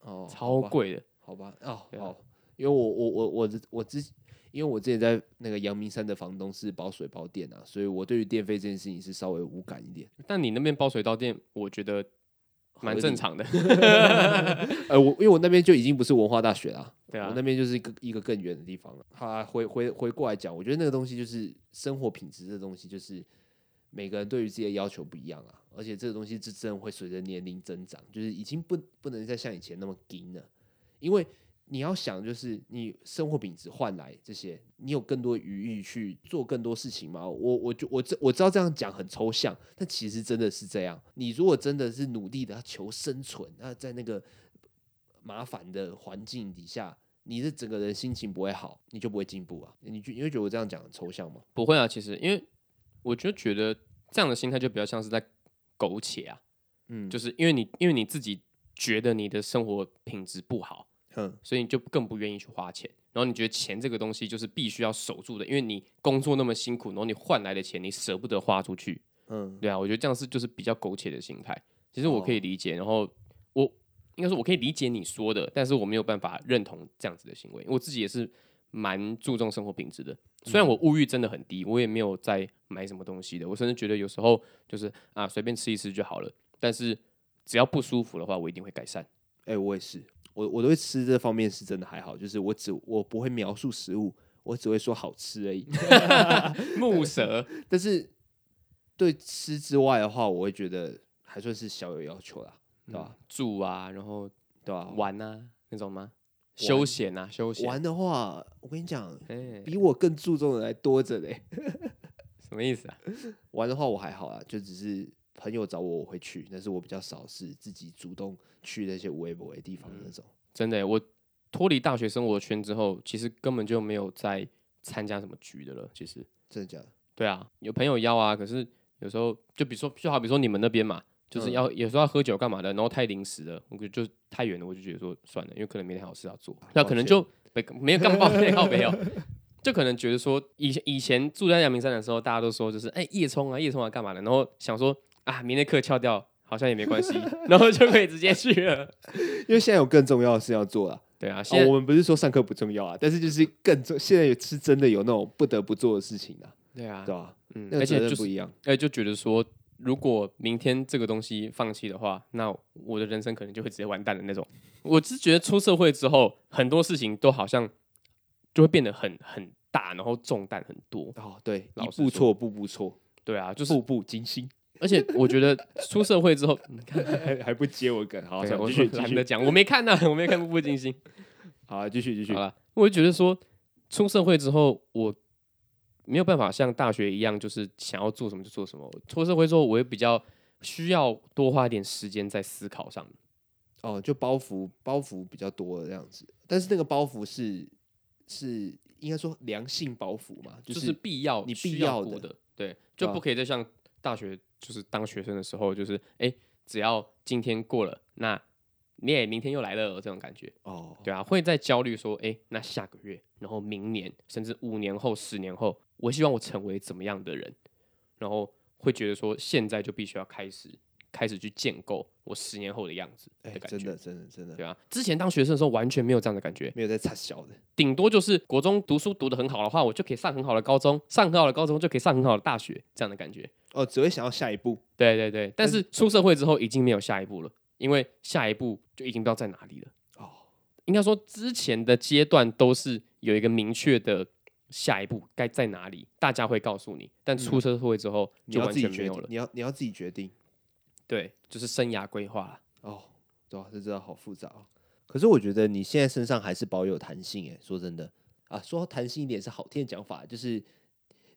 [SPEAKER 1] 哦，
[SPEAKER 2] 超
[SPEAKER 1] 好吧，
[SPEAKER 2] 贵的。
[SPEAKER 1] 好吧，哦，
[SPEAKER 2] 对啊
[SPEAKER 1] 好，因为我我我我之我之，因为我之前在那个阳明山的房东是包水包电啊，所以我对于电费这件事情是稍微无感一点。
[SPEAKER 2] 但你那边包水到电，我觉得蛮
[SPEAKER 1] 合
[SPEAKER 2] 正
[SPEAKER 1] 理
[SPEAKER 2] 常 的。
[SPEAKER 1] 呃，我因为我那边就已经不是文化大学啦，
[SPEAKER 2] 对啊
[SPEAKER 1] 我那边就是一个一个更远的地方了。好啊，回回回过来讲，我觉得那个东西就是生活品质这东西，就是每个人对于自己的要求不一样啊，而且这个东西是真的会随着年龄增长，就是已经不不能再像以前那么紧了，因为。你要想，就是你生活品质换来这些，你有更多余裕去做更多事情吗？我我就我这我知道这样讲很抽象，但其实真的是这样。你如果真的是努力的要求生存，那在那个麻烦的环境底下，你的整个人心情不会好，你就不会进步啊。你就你会觉得我这样讲很抽象吗？
[SPEAKER 2] 不会啊，其实因为我就觉得这样的心态就比较像是在苟且啊，
[SPEAKER 1] 嗯，
[SPEAKER 2] 就是因为你因为你自己觉得你的生活品质不好，
[SPEAKER 1] 哼，
[SPEAKER 2] 所以你就更不愿意去花钱。然后你觉得钱这个东西就是必须要守住的，因为你工作那么辛苦，然后你换来的钱你舍不得花出去，
[SPEAKER 1] 嗯，
[SPEAKER 2] 对啊，我觉得这样是就是比较苟且的心态。其实我可以
[SPEAKER 1] 哦
[SPEAKER 2] 理解，然后我应该说我可以理解你说的，但是我没有办法认同这样子的行为。我自己也是蛮注重生活品
[SPEAKER 1] 嗯
[SPEAKER 2] 质的，虽然我物欲真的很低，我也没有在买什么东西的，我甚至觉得有时候就是啊随便吃一吃就好了。但是只要不舒服的话，我一定会改善。
[SPEAKER 1] 哎、我也是，我我对吃这方面是真的还好，就是我只我不会描述食物，我只会说好吃而已。
[SPEAKER 2] 木蛇，
[SPEAKER 1] 但是对吃之外的话，我会觉得还算是小有要求啦，对吧？
[SPEAKER 2] 住啊，然后
[SPEAKER 1] 对吧？
[SPEAKER 2] 玩啊那种吗？休闲啊，休闲。
[SPEAKER 1] 玩的话，我跟你讲，
[SPEAKER 2] 哎、
[SPEAKER 1] 比我更注重的还多着嘞。
[SPEAKER 2] 什么意思啊？
[SPEAKER 1] 玩的话我还好啦，就只是朋友找我我会去，但是我比较少是自己主动去那些无微不微地方的那
[SPEAKER 2] 嗯
[SPEAKER 1] 种。
[SPEAKER 2] 真的耶，我脱离大学生活圈之后，其实根本就没有再参加什么局的了。其实，
[SPEAKER 1] 真的假的？
[SPEAKER 2] 对啊，有朋友邀啊，可是有时候就比如说，就好比说你们那边嘛，
[SPEAKER 1] 嗯
[SPEAKER 2] 就是要、有时候要喝酒干嘛的，然后太临时了，我就就太远了，我就觉得说算了，因为可能明天还有事要做，那可能就没没有干嘛抱歉靠没有。就可能觉得说，以前以前住在阳明山的时候，大家都说就是，哎、夜冲啊，夜冲啊，干嘛的？然后想说啊，明天课翘掉好像也没关系， 然后就可以直接去 了。
[SPEAKER 1] 因为现在有更重要的事要做啦。
[SPEAKER 2] 对啊，
[SPEAKER 1] 啊
[SPEAKER 2] 现在、，
[SPEAKER 1] 我们不是说上课不重要啊，但是就是更重，现在也是真的有那种不得不做的事情啊，
[SPEAKER 2] 对啊
[SPEAKER 1] 对，吧？
[SPEAKER 2] 嗯，
[SPEAKER 1] 那
[SPEAKER 2] 而
[SPEAKER 1] 个责
[SPEAKER 2] 且
[SPEAKER 1] 任
[SPEAKER 2] 就
[SPEAKER 1] 不
[SPEAKER 2] 是，
[SPEAKER 1] 一样，
[SPEAKER 2] 哎，就觉得说，如果明天这个东西放弃的话，那我的人生可能就会直接完蛋的那种。我是觉得出社会之后，很多事情都好像就会变得很很大，然后重担很多。
[SPEAKER 1] 哦，对，
[SPEAKER 2] 老
[SPEAKER 1] 一
[SPEAKER 2] 实
[SPEAKER 1] 步
[SPEAKER 2] 说
[SPEAKER 1] 错步步错，
[SPEAKER 2] 对啊，就是，
[SPEAKER 1] 步步惊 心，
[SPEAKER 2] 而且我觉得出社会之后，你 看，
[SPEAKER 1] 还还不接我梗，好，
[SPEAKER 2] 对
[SPEAKER 1] 算了
[SPEAKER 2] 我
[SPEAKER 1] 继续继
[SPEAKER 2] 懒得
[SPEAKER 1] 续，
[SPEAKER 2] 讲，我没看呐、我没看《步步惊心》。
[SPEAKER 1] 好，继 续继续
[SPEAKER 2] 好，了，我就觉得说，出社会之后，我没有办法像大学一样，就是想要做什么就做什么。出社会之后，我也比较需要多花一点时间在思考上。
[SPEAKER 1] 哦，就包袱包袱比较多的这样子，但是那个包袱是是应该说良性包袱嘛，
[SPEAKER 2] 就
[SPEAKER 1] 就是是
[SPEAKER 2] 必要
[SPEAKER 1] 你
[SPEAKER 2] 需
[SPEAKER 1] 必
[SPEAKER 2] 要
[SPEAKER 1] 要
[SPEAKER 2] 过
[SPEAKER 1] 的
[SPEAKER 2] 的，对，就
[SPEAKER 1] 啊
[SPEAKER 2] 不可以再像大学就是当学生的时候，就是哎、诶只要今天过了，那你也明天又来了这种感觉，
[SPEAKER 1] 哦，
[SPEAKER 2] 对啊，会在焦虑说，哎、那下个月，然后明年，甚至五年后、十年后，我希望我成为怎么样的人，然后会觉得说，现在就必须要开始开始去建构我十年后的样子
[SPEAKER 1] 哎、
[SPEAKER 2] 的感
[SPEAKER 1] 真
[SPEAKER 2] 觉，
[SPEAKER 1] 的真的真的
[SPEAKER 2] 对啊，之前当学生的时候完全没有这样的感觉，
[SPEAKER 1] 没有在插小的，
[SPEAKER 2] 顶多就是国中读书读得很好的话，我就可以上很好的高中，上很好的高中就可以上很好的大学，这样的感觉。
[SPEAKER 1] 哦，只会想要下一步，
[SPEAKER 2] 对对对，但是出社会之后已经没有下一步了，因为下一步就已经不知道在哪里了。
[SPEAKER 1] 哦，
[SPEAKER 2] 应该说之前的阶段都是有一个明确的下一步该在哪里，大家会告诉你，但出社会之后
[SPEAKER 1] 你
[SPEAKER 2] 就
[SPEAKER 1] 要
[SPEAKER 2] 完
[SPEAKER 1] 自己
[SPEAKER 2] 全没
[SPEAKER 1] 决
[SPEAKER 2] 有
[SPEAKER 1] 定
[SPEAKER 2] 了，。
[SPEAKER 1] 你要你要自己决定，
[SPEAKER 2] 对，就是生涯规划了。
[SPEAKER 1] 哦，对啊，这真的好复杂哦。可是我觉得你现在身上还是保有弹性，哎，说真的啊，说弹性一点是好听的讲法，就是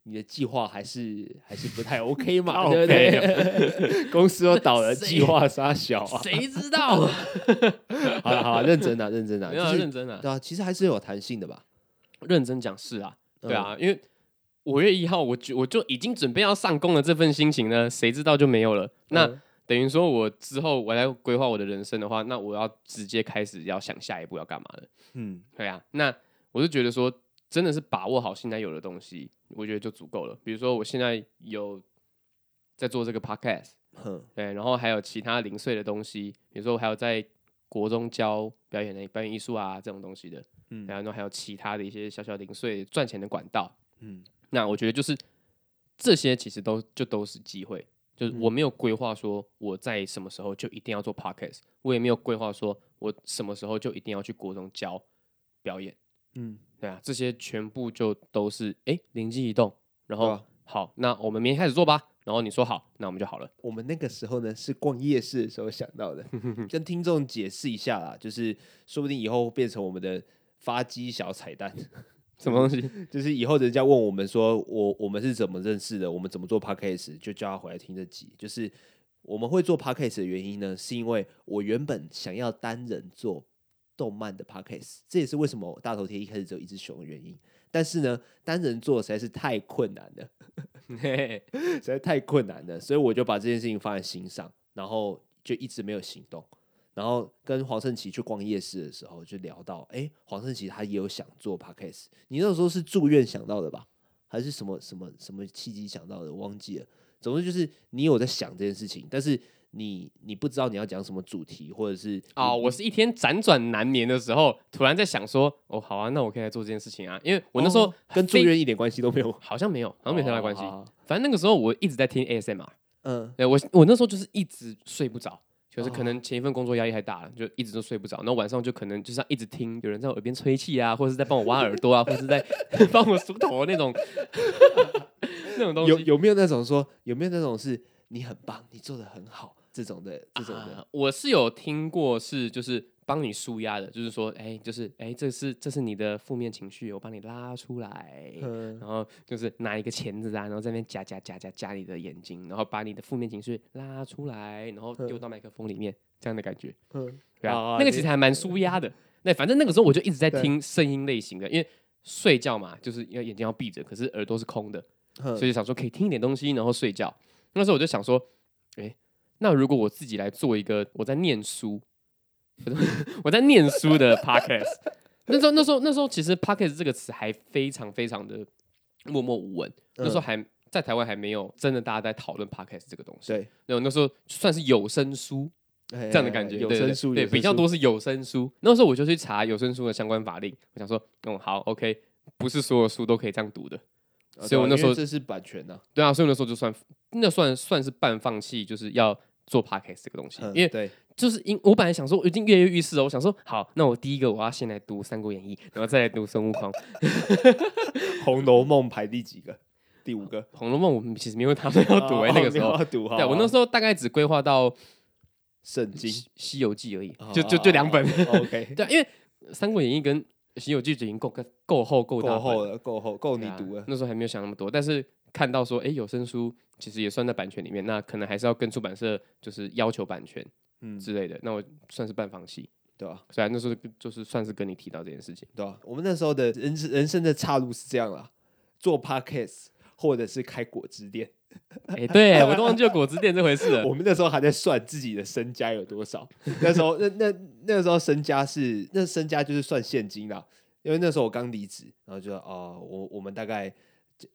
[SPEAKER 1] 你的计划还是还是不太 OK
[SPEAKER 2] 啊
[SPEAKER 1] 嘛，对不对？ 公司都倒了，
[SPEAKER 2] 谁
[SPEAKER 1] 计划杀小啊，
[SPEAKER 2] 谁知道啊？
[SPEAKER 1] 好了好了，认真啊，认真啊，
[SPEAKER 2] 没有啊
[SPEAKER 1] 就是
[SPEAKER 2] 认真啊，
[SPEAKER 1] 对啊，其实还是有弹性的吧？
[SPEAKER 2] 认真讲是啊，
[SPEAKER 1] 嗯
[SPEAKER 2] 对啊，因为五月一号我就我就已经准备要上工了，这份心情呢，谁知道就没有了。那、
[SPEAKER 1] 嗯
[SPEAKER 2] 等于说我之后我来规划我的人生的话，那我要直接开始要想下一步要干嘛了。
[SPEAKER 1] 嗯，
[SPEAKER 2] 对啊，那我就觉得说，真的是把握好现在有的东西，我觉得就足够了。比如说我现在有在做这个 podcast，
[SPEAKER 1] 哼，
[SPEAKER 2] 对，然后还有其他零碎的东西，比如说我还有在国中教表演的表演艺术啊这种东西的，
[SPEAKER 1] 嗯
[SPEAKER 2] 然后还有其他的一些小小零碎赚钱的管道，
[SPEAKER 1] 嗯，
[SPEAKER 2] 那我觉得就是这些其实都就都是机会，就是我没有规划说我在什么时候就一定要做 podcast，我也没有规划说我什么时候就一定要去国中教表演，
[SPEAKER 1] 嗯，
[SPEAKER 2] 对啊，这些全部就都是哎灵机一动，然后、
[SPEAKER 1] 对啊
[SPEAKER 2] 好，那我们明天开始做吧，然后你说好，那我们就好了。
[SPEAKER 1] 我们那个时候呢是逛夜市的时候想到的，跟听众解释一下啦，就是说不定以后变成我们的发机小彩蛋，
[SPEAKER 2] 什么东西？
[SPEAKER 1] 就是以后人家问我们说我我们是怎么认识的，我们怎么做 podcast，就叫他回来听这集。就是我们会做 podcast 的原因呢，是因为我原本想要单人做动漫的 podcast，这也是为什么大头贴一开始只有一只熊的原因。但是呢，单人做实在是太困难了。
[SPEAKER 2] 嘿嘿
[SPEAKER 1] 实在太困难了，所以我就把这件事情放在心上，然后就一直没有行动。然后跟黄圣琪去逛夜市的时候，就聊到，哎，黄圣琪他也有想做 podcast，你那时候是住院想到的吧？还是什么什么什么契机想到的？忘记了。总之就是你有在想这件事情，但是你你不知道你要讲什么主题，或者是
[SPEAKER 2] 啊、
[SPEAKER 1] 你
[SPEAKER 2] 我是一天辗转难眠的时候，突然在想说，哦，好啊，那我可以来做这件事情啊，因为我那时候、
[SPEAKER 1] 哦跟住院一点关系都没有，
[SPEAKER 2] 好像没有，好像没有太大关系。
[SPEAKER 1] 哦好好好
[SPEAKER 2] 反正那个时候我一直在听 ASMR，
[SPEAKER 1] 嗯
[SPEAKER 2] 对我我那时候就是一直睡不着，就是
[SPEAKER 1] 哦
[SPEAKER 2] 可能前一份工作压力太大了，就一直都睡不着，然后晚上就可能就是要一直听有人在我耳边吹气啊，或者是在帮我挖耳朵啊，或者是在 帮我梳头那种 那种东西。
[SPEAKER 1] 有有没有那种说有没有那种是你很棒，你做的很好这种的这种的？
[SPEAKER 2] 啊我是有听过，是就是帮你舒压的，就是说，哎、就是哎、这是这是你的负面情绪，我帮你拉出来。
[SPEAKER 1] 嗯，
[SPEAKER 2] 然后就是拿一个钳子啊，然后在那边夹夹夹夹夹你的眼睛，然后把你的负面情绪拉出来，然后丢到麦克风里面，这样的感觉。
[SPEAKER 1] 嗯
[SPEAKER 2] 对啊，
[SPEAKER 1] 哦
[SPEAKER 2] 那个
[SPEAKER 1] 你
[SPEAKER 2] 其实还蛮舒压的。那反正那个时候我就一直在
[SPEAKER 1] 对
[SPEAKER 2] 听声音类型的，因为睡觉嘛，就是要眼睛要闭着，可是耳朵是空的，
[SPEAKER 1] 哼
[SPEAKER 2] 所以想说可以听一点东西，然后睡觉。那时候我就想说，诶，那如果我自己来做一个我在念书， 我在念 书的 podcast，那时候那时候那时候其实 podcast 这个词还非常非常的默默无闻，
[SPEAKER 1] 嗯
[SPEAKER 2] 那时候还在台湾还没有真的大家在讨论 podcast 这个东西，
[SPEAKER 1] 对，
[SPEAKER 2] 那那时候算是有声书，
[SPEAKER 1] 这
[SPEAKER 2] 这样的感觉，
[SPEAKER 1] 哎有
[SPEAKER 2] 对对
[SPEAKER 1] 声
[SPEAKER 2] 对
[SPEAKER 1] 书
[SPEAKER 2] 对
[SPEAKER 1] 有
[SPEAKER 2] 比
[SPEAKER 1] 声
[SPEAKER 2] 较
[SPEAKER 1] 书
[SPEAKER 2] 多是有声书。那时候我就去查有声书的相关法令，我想说，嗯，好，OK，不是所有书都可以这样读的，
[SPEAKER 1] 啊
[SPEAKER 2] 所以
[SPEAKER 1] 对啊
[SPEAKER 2] 我那
[SPEAKER 1] 因
[SPEAKER 2] 时
[SPEAKER 1] 为
[SPEAKER 2] 候
[SPEAKER 1] 这是版权呐，
[SPEAKER 2] 对啊，所以我那时候就算那算算是半放弃，就是要做 podcast 这个东西，
[SPEAKER 1] 嗯
[SPEAKER 2] 因为
[SPEAKER 1] 对
[SPEAKER 2] 就是因我本来想说我已经跃跃欲试了，我想说好，那我第一个我要先来读《三国演义》，然后再来读《孙悟空》《
[SPEAKER 1] 《红楼梦》排第几个？ 第五个。
[SPEAKER 2] 红楼梦》，我们其实没有打算 要
[SPEAKER 1] 哦
[SPEAKER 2] 读诶、欸 那个时候，
[SPEAKER 1] 要读哈，
[SPEAKER 2] 对啊我那时候大概只规划到《
[SPEAKER 1] 圣经
[SPEAKER 2] 西西游记》而已，
[SPEAKER 1] 哦
[SPEAKER 2] 就就就两本，
[SPEAKER 1] ，OK，
[SPEAKER 2] 对啊，因为《三国演义》跟《西游记》就已经够够够厚够大
[SPEAKER 1] 够
[SPEAKER 2] 本了
[SPEAKER 1] 厚了，够厚，够你
[SPEAKER 2] 对啊
[SPEAKER 1] 读了。
[SPEAKER 2] 那时候还没有想那么多，但是看到说，哎、有声书其实也算在版权里面，那可能还是要跟出版社就是要求版权
[SPEAKER 1] 嗯，
[SPEAKER 2] 之类的。那我算是半放弃，
[SPEAKER 1] 对吧？
[SPEAKER 2] 所以那时候就就是算是跟你提到这件 事情。
[SPEAKER 1] 对吧？我们那时候的人生人生的岔路是这样啦，做 podcast 或者是开果汁店。
[SPEAKER 2] 哎、对我都忘记有果汁店这回事了
[SPEAKER 1] 我。们那时候还在算自己的身家有多少，那时候那那那时候身家是那身家就是算现金啦，因为那时候我刚离职，然后就说哦、我我们大概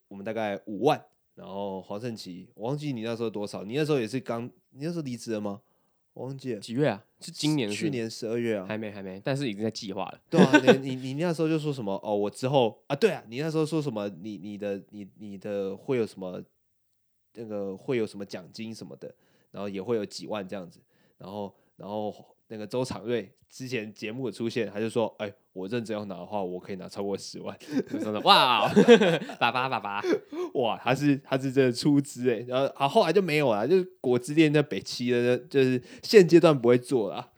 [SPEAKER 1] 我们大概五万，然后黄圣琪，我忘记你那时候多少，你那时候也是刚你那时候离职了吗？我忘记了，
[SPEAKER 2] 几月啊？是今年是不是
[SPEAKER 1] 去年十二月啊，
[SPEAKER 2] 还没还没，但是已经在计划了。
[SPEAKER 1] 对啊，你你你那时候就说什么哦，我之后啊，对啊，你那时候说什么，你你的你你的会有什么那个会有什么奖金什么的，然后也会有几万这样子，然后然后那个周长瑞之前节目的出现，他就说，哎，我认真要拿的话，我可以拿超过十万，
[SPEAKER 2] 就真的哇，哦 爸爸爸爸，
[SPEAKER 1] 哇，他是他是真的出资哎，然后啊后来就没有了，就是果汁店在北七的，就是现阶段不会做了，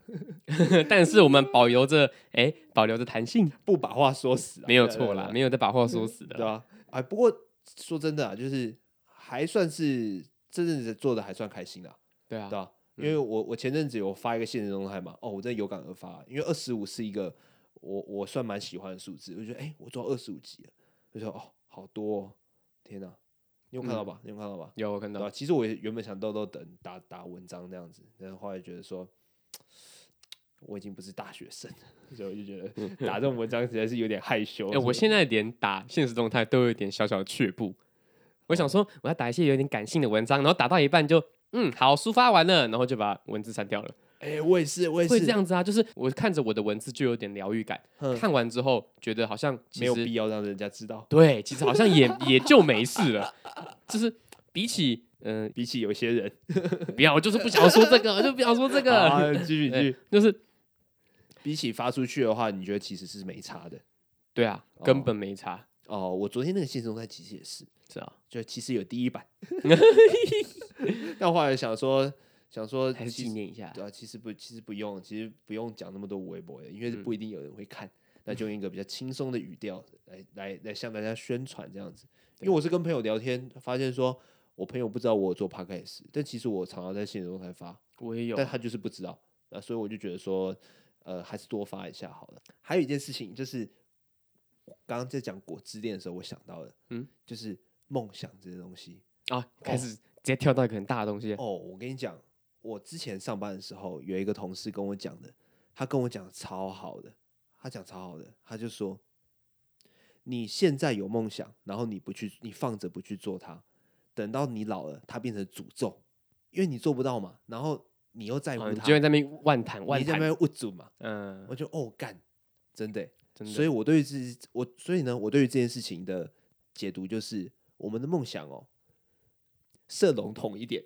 [SPEAKER 2] 但是我们保留着哎、保留着弹 性，
[SPEAKER 1] 不把话说死啊，
[SPEAKER 2] 没有
[SPEAKER 1] 对
[SPEAKER 2] 错啦，。没有再把话说死的
[SPEAKER 1] 对
[SPEAKER 2] 啦。
[SPEAKER 1] 啊，啊，不过说真的啊，就是还算是这阵子做的还算开心啦，
[SPEAKER 2] 对啊
[SPEAKER 1] 对，吧、因为我我前阵子有发一个现实动态嘛，哦，我真的有感而发，因为二十五是一个我我算蛮喜欢的数字，我就觉得哎、我做二十五集了，就说哦，好多、哦，天哪、你有看
[SPEAKER 2] 嗯
[SPEAKER 1] 到吧？你有看到吧？
[SPEAKER 2] 有我看
[SPEAKER 1] 对
[SPEAKER 2] 到
[SPEAKER 1] 吧、，其实我也原本想豆豆等打打文章那样子，但是后来觉得说。我已经不是大学生了， 所以我就觉 得打这种文章实在是有点害羞。
[SPEAKER 2] 哎、我
[SPEAKER 1] 所以
[SPEAKER 2] 现在连打现实动态都有一点小小的却步。我
[SPEAKER 1] 哦
[SPEAKER 2] 想说，我要打一些有点感性的文章，然后打到一半就，嗯，好，抒发完了，然后就把文字删掉了。
[SPEAKER 1] 哎、我也是，我也是
[SPEAKER 2] 会这样子啊，就是我看着我的文字就有点疗愈感，
[SPEAKER 1] 哼
[SPEAKER 2] 看完之后觉得好像其
[SPEAKER 1] 没有
[SPEAKER 2] 实
[SPEAKER 1] 必要让人家知道。
[SPEAKER 2] 对，其实好像也也就没事了。就是比起，嗯、
[SPEAKER 1] 比起有些 人，
[SPEAKER 2] 不要，我就是不想说这个，我就不想说这个。
[SPEAKER 1] 啊，继续继
[SPEAKER 2] 对
[SPEAKER 1] 续，
[SPEAKER 2] 就是
[SPEAKER 1] 比起发出去的话，你觉得其实是没差的
[SPEAKER 2] 对啊，根本没差，
[SPEAKER 1] 哦。我昨天那个现实动态其实也是，
[SPEAKER 2] 是啊，
[SPEAKER 1] 就其实有第一版， 但后来想说，想说
[SPEAKER 2] 还是
[SPEAKER 1] 其
[SPEAKER 2] 纪
[SPEAKER 1] 实
[SPEAKER 2] 念一下。
[SPEAKER 1] 对啊，其实不，其实不用，其实不用讲那么多微博的，因为
[SPEAKER 2] 嗯
[SPEAKER 1] 不一定有人会看。那就用一个比较轻松的语调来来来向大家宣传这样子。因为我是跟朋友聊天，发现说我朋友不知道我有做 podcast，但其实我常常在现实中才发，
[SPEAKER 2] 我也有哦
[SPEAKER 1] 但，他就是不知道，那所以我就觉得说，呃，还是多发一下好了。还有一件事情就是，我刚刚在讲果汁店的时候，我想到的，
[SPEAKER 2] 嗯，
[SPEAKER 1] 就是梦想这些东西。
[SPEAKER 2] 啊，开始直接跳到一个很大的东西。
[SPEAKER 1] 哦，我跟你讲，我之前上班的时候有一个同事跟我讲的，他跟我讲超好的，他讲超好的，他就说，你现在有梦想，然后你不去，你放着不去做它，等到你老了，它变成诅咒，因为你做不到嘛，然后你又在乎
[SPEAKER 2] 啊
[SPEAKER 1] 它
[SPEAKER 2] 你，就会在那边万谈万
[SPEAKER 1] 你在那
[SPEAKER 2] 谈，
[SPEAKER 1] 边捂住嘛，
[SPEAKER 2] 嗯
[SPEAKER 1] 我，就哦干，真的欸，
[SPEAKER 2] 真的，
[SPEAKER 1] 所以我对于这我所以呢，我对于这件事情的解读就是，我们的 梦想哦，设笼统一点，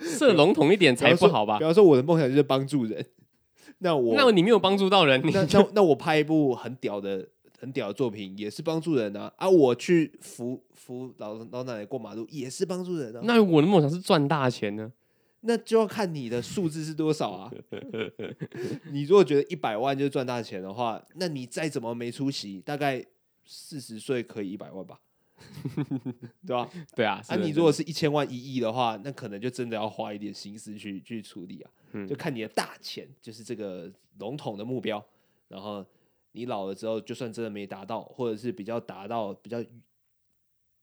[SPEAKER 2] 设笼统一点才不好吧
[SPEAKER 1] 比？方说，我的梦想就是帮助人， 那我
[SPEAKER 2] 那你没有帮助到人，你
[SPEAKER 1] 那那那我拍一部很屌的、很屌的作品，也是帮助人啊！啊，我去扶扶老老奶奶过马路，也是帮助人啊。那
[SPEAKER 2] 那我的梦想是赚大钱呢。
[SPEAKER 1] 那就要看你的数字是多少啊。 你如果觉得一百万就赚大钱的话，那你再怎么没出息，大概四十岁可以一百万吧， 对吧、
[SPEAKER 2] 对啊，
[SPEAKER 1] 啊，
[SPEAKER 2] 是的
[SPEAKER 1] 你如果是一千万、一亿的话，那可能就真的要花一点心思去去处理啊。
[SPEAKER 2] 嗯
[SPEAKER 1] 就看你的大钱，就是这个笼统的目标。然后你老了之后，就算真的没达到，或者是比较达到比较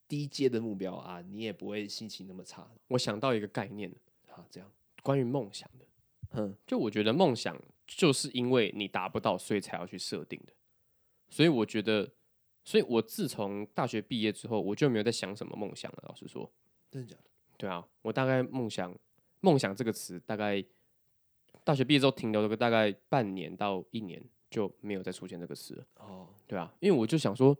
[SPEAKER 1] 低阶的目标啊，你也不会心情那么差
[SPEAKER 2] 我想到一个概念，
[SPEAKER 1] 啊。这样，
[SPEAKER 2] 关于梦想的，
[SPEAKER 1] 嗯，
[SPEAKER 2] 就我觉得梦想就是因为你达不到，所以才要去设定的。所以我觉得，所以我自从大学毕业之后，我就没有在想什么梦想了。老实说，
[SPEAKER 1] 真的假的？
[SPEAKER 2] 对啊，我大概梦想“梦想”这个词，大概大学毕业之后停留了个大概半年到一年，就没有再出现这个词了。
[SPEAKER 1] 哦，
[SPEAKER 2] 对啊，因为我就想说，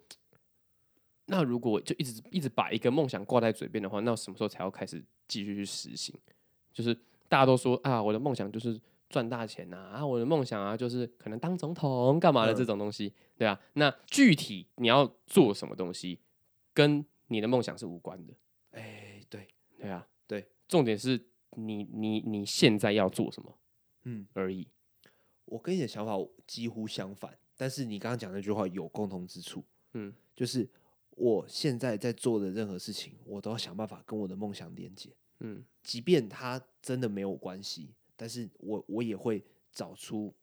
[SPEAKER 2] 那如果就一直一直把一个梦想挂在嘴边的话，那什么时候才要开始继续去实行？就是大家都说啊，我的梦想就是赚大钱呐、啊，我的梦想啊就是可能当总统干嘛的
[SPEAKER 1] 嗯
[SPEAKER 2] 这种东西，对啊。那具体你要做什么东西，跟你的梦想是无关的，
[SPEAKER 1] 哎，对，
[SPEAKER 2] 对啊，
[SPEAKER 1] 对。
[SPEAKER 2] 重点是你你你现在要做什么
[SPEAKER 1] 嗯，
[SPEAKER 2] 而已。
[SPEAKER 1] 我跟你的想法几乎相反，但是你刚刚讲那句话有共同之处，
[SPEAKER 2] 嗯，
[SPEAKER 1] 就是我现在在做的任何事情，我都要想办法跟我的梦想连接。
[SPEAKER 2] 嗯
[SPEAKER 1] 即便它真的没有关系，但是我我也会找出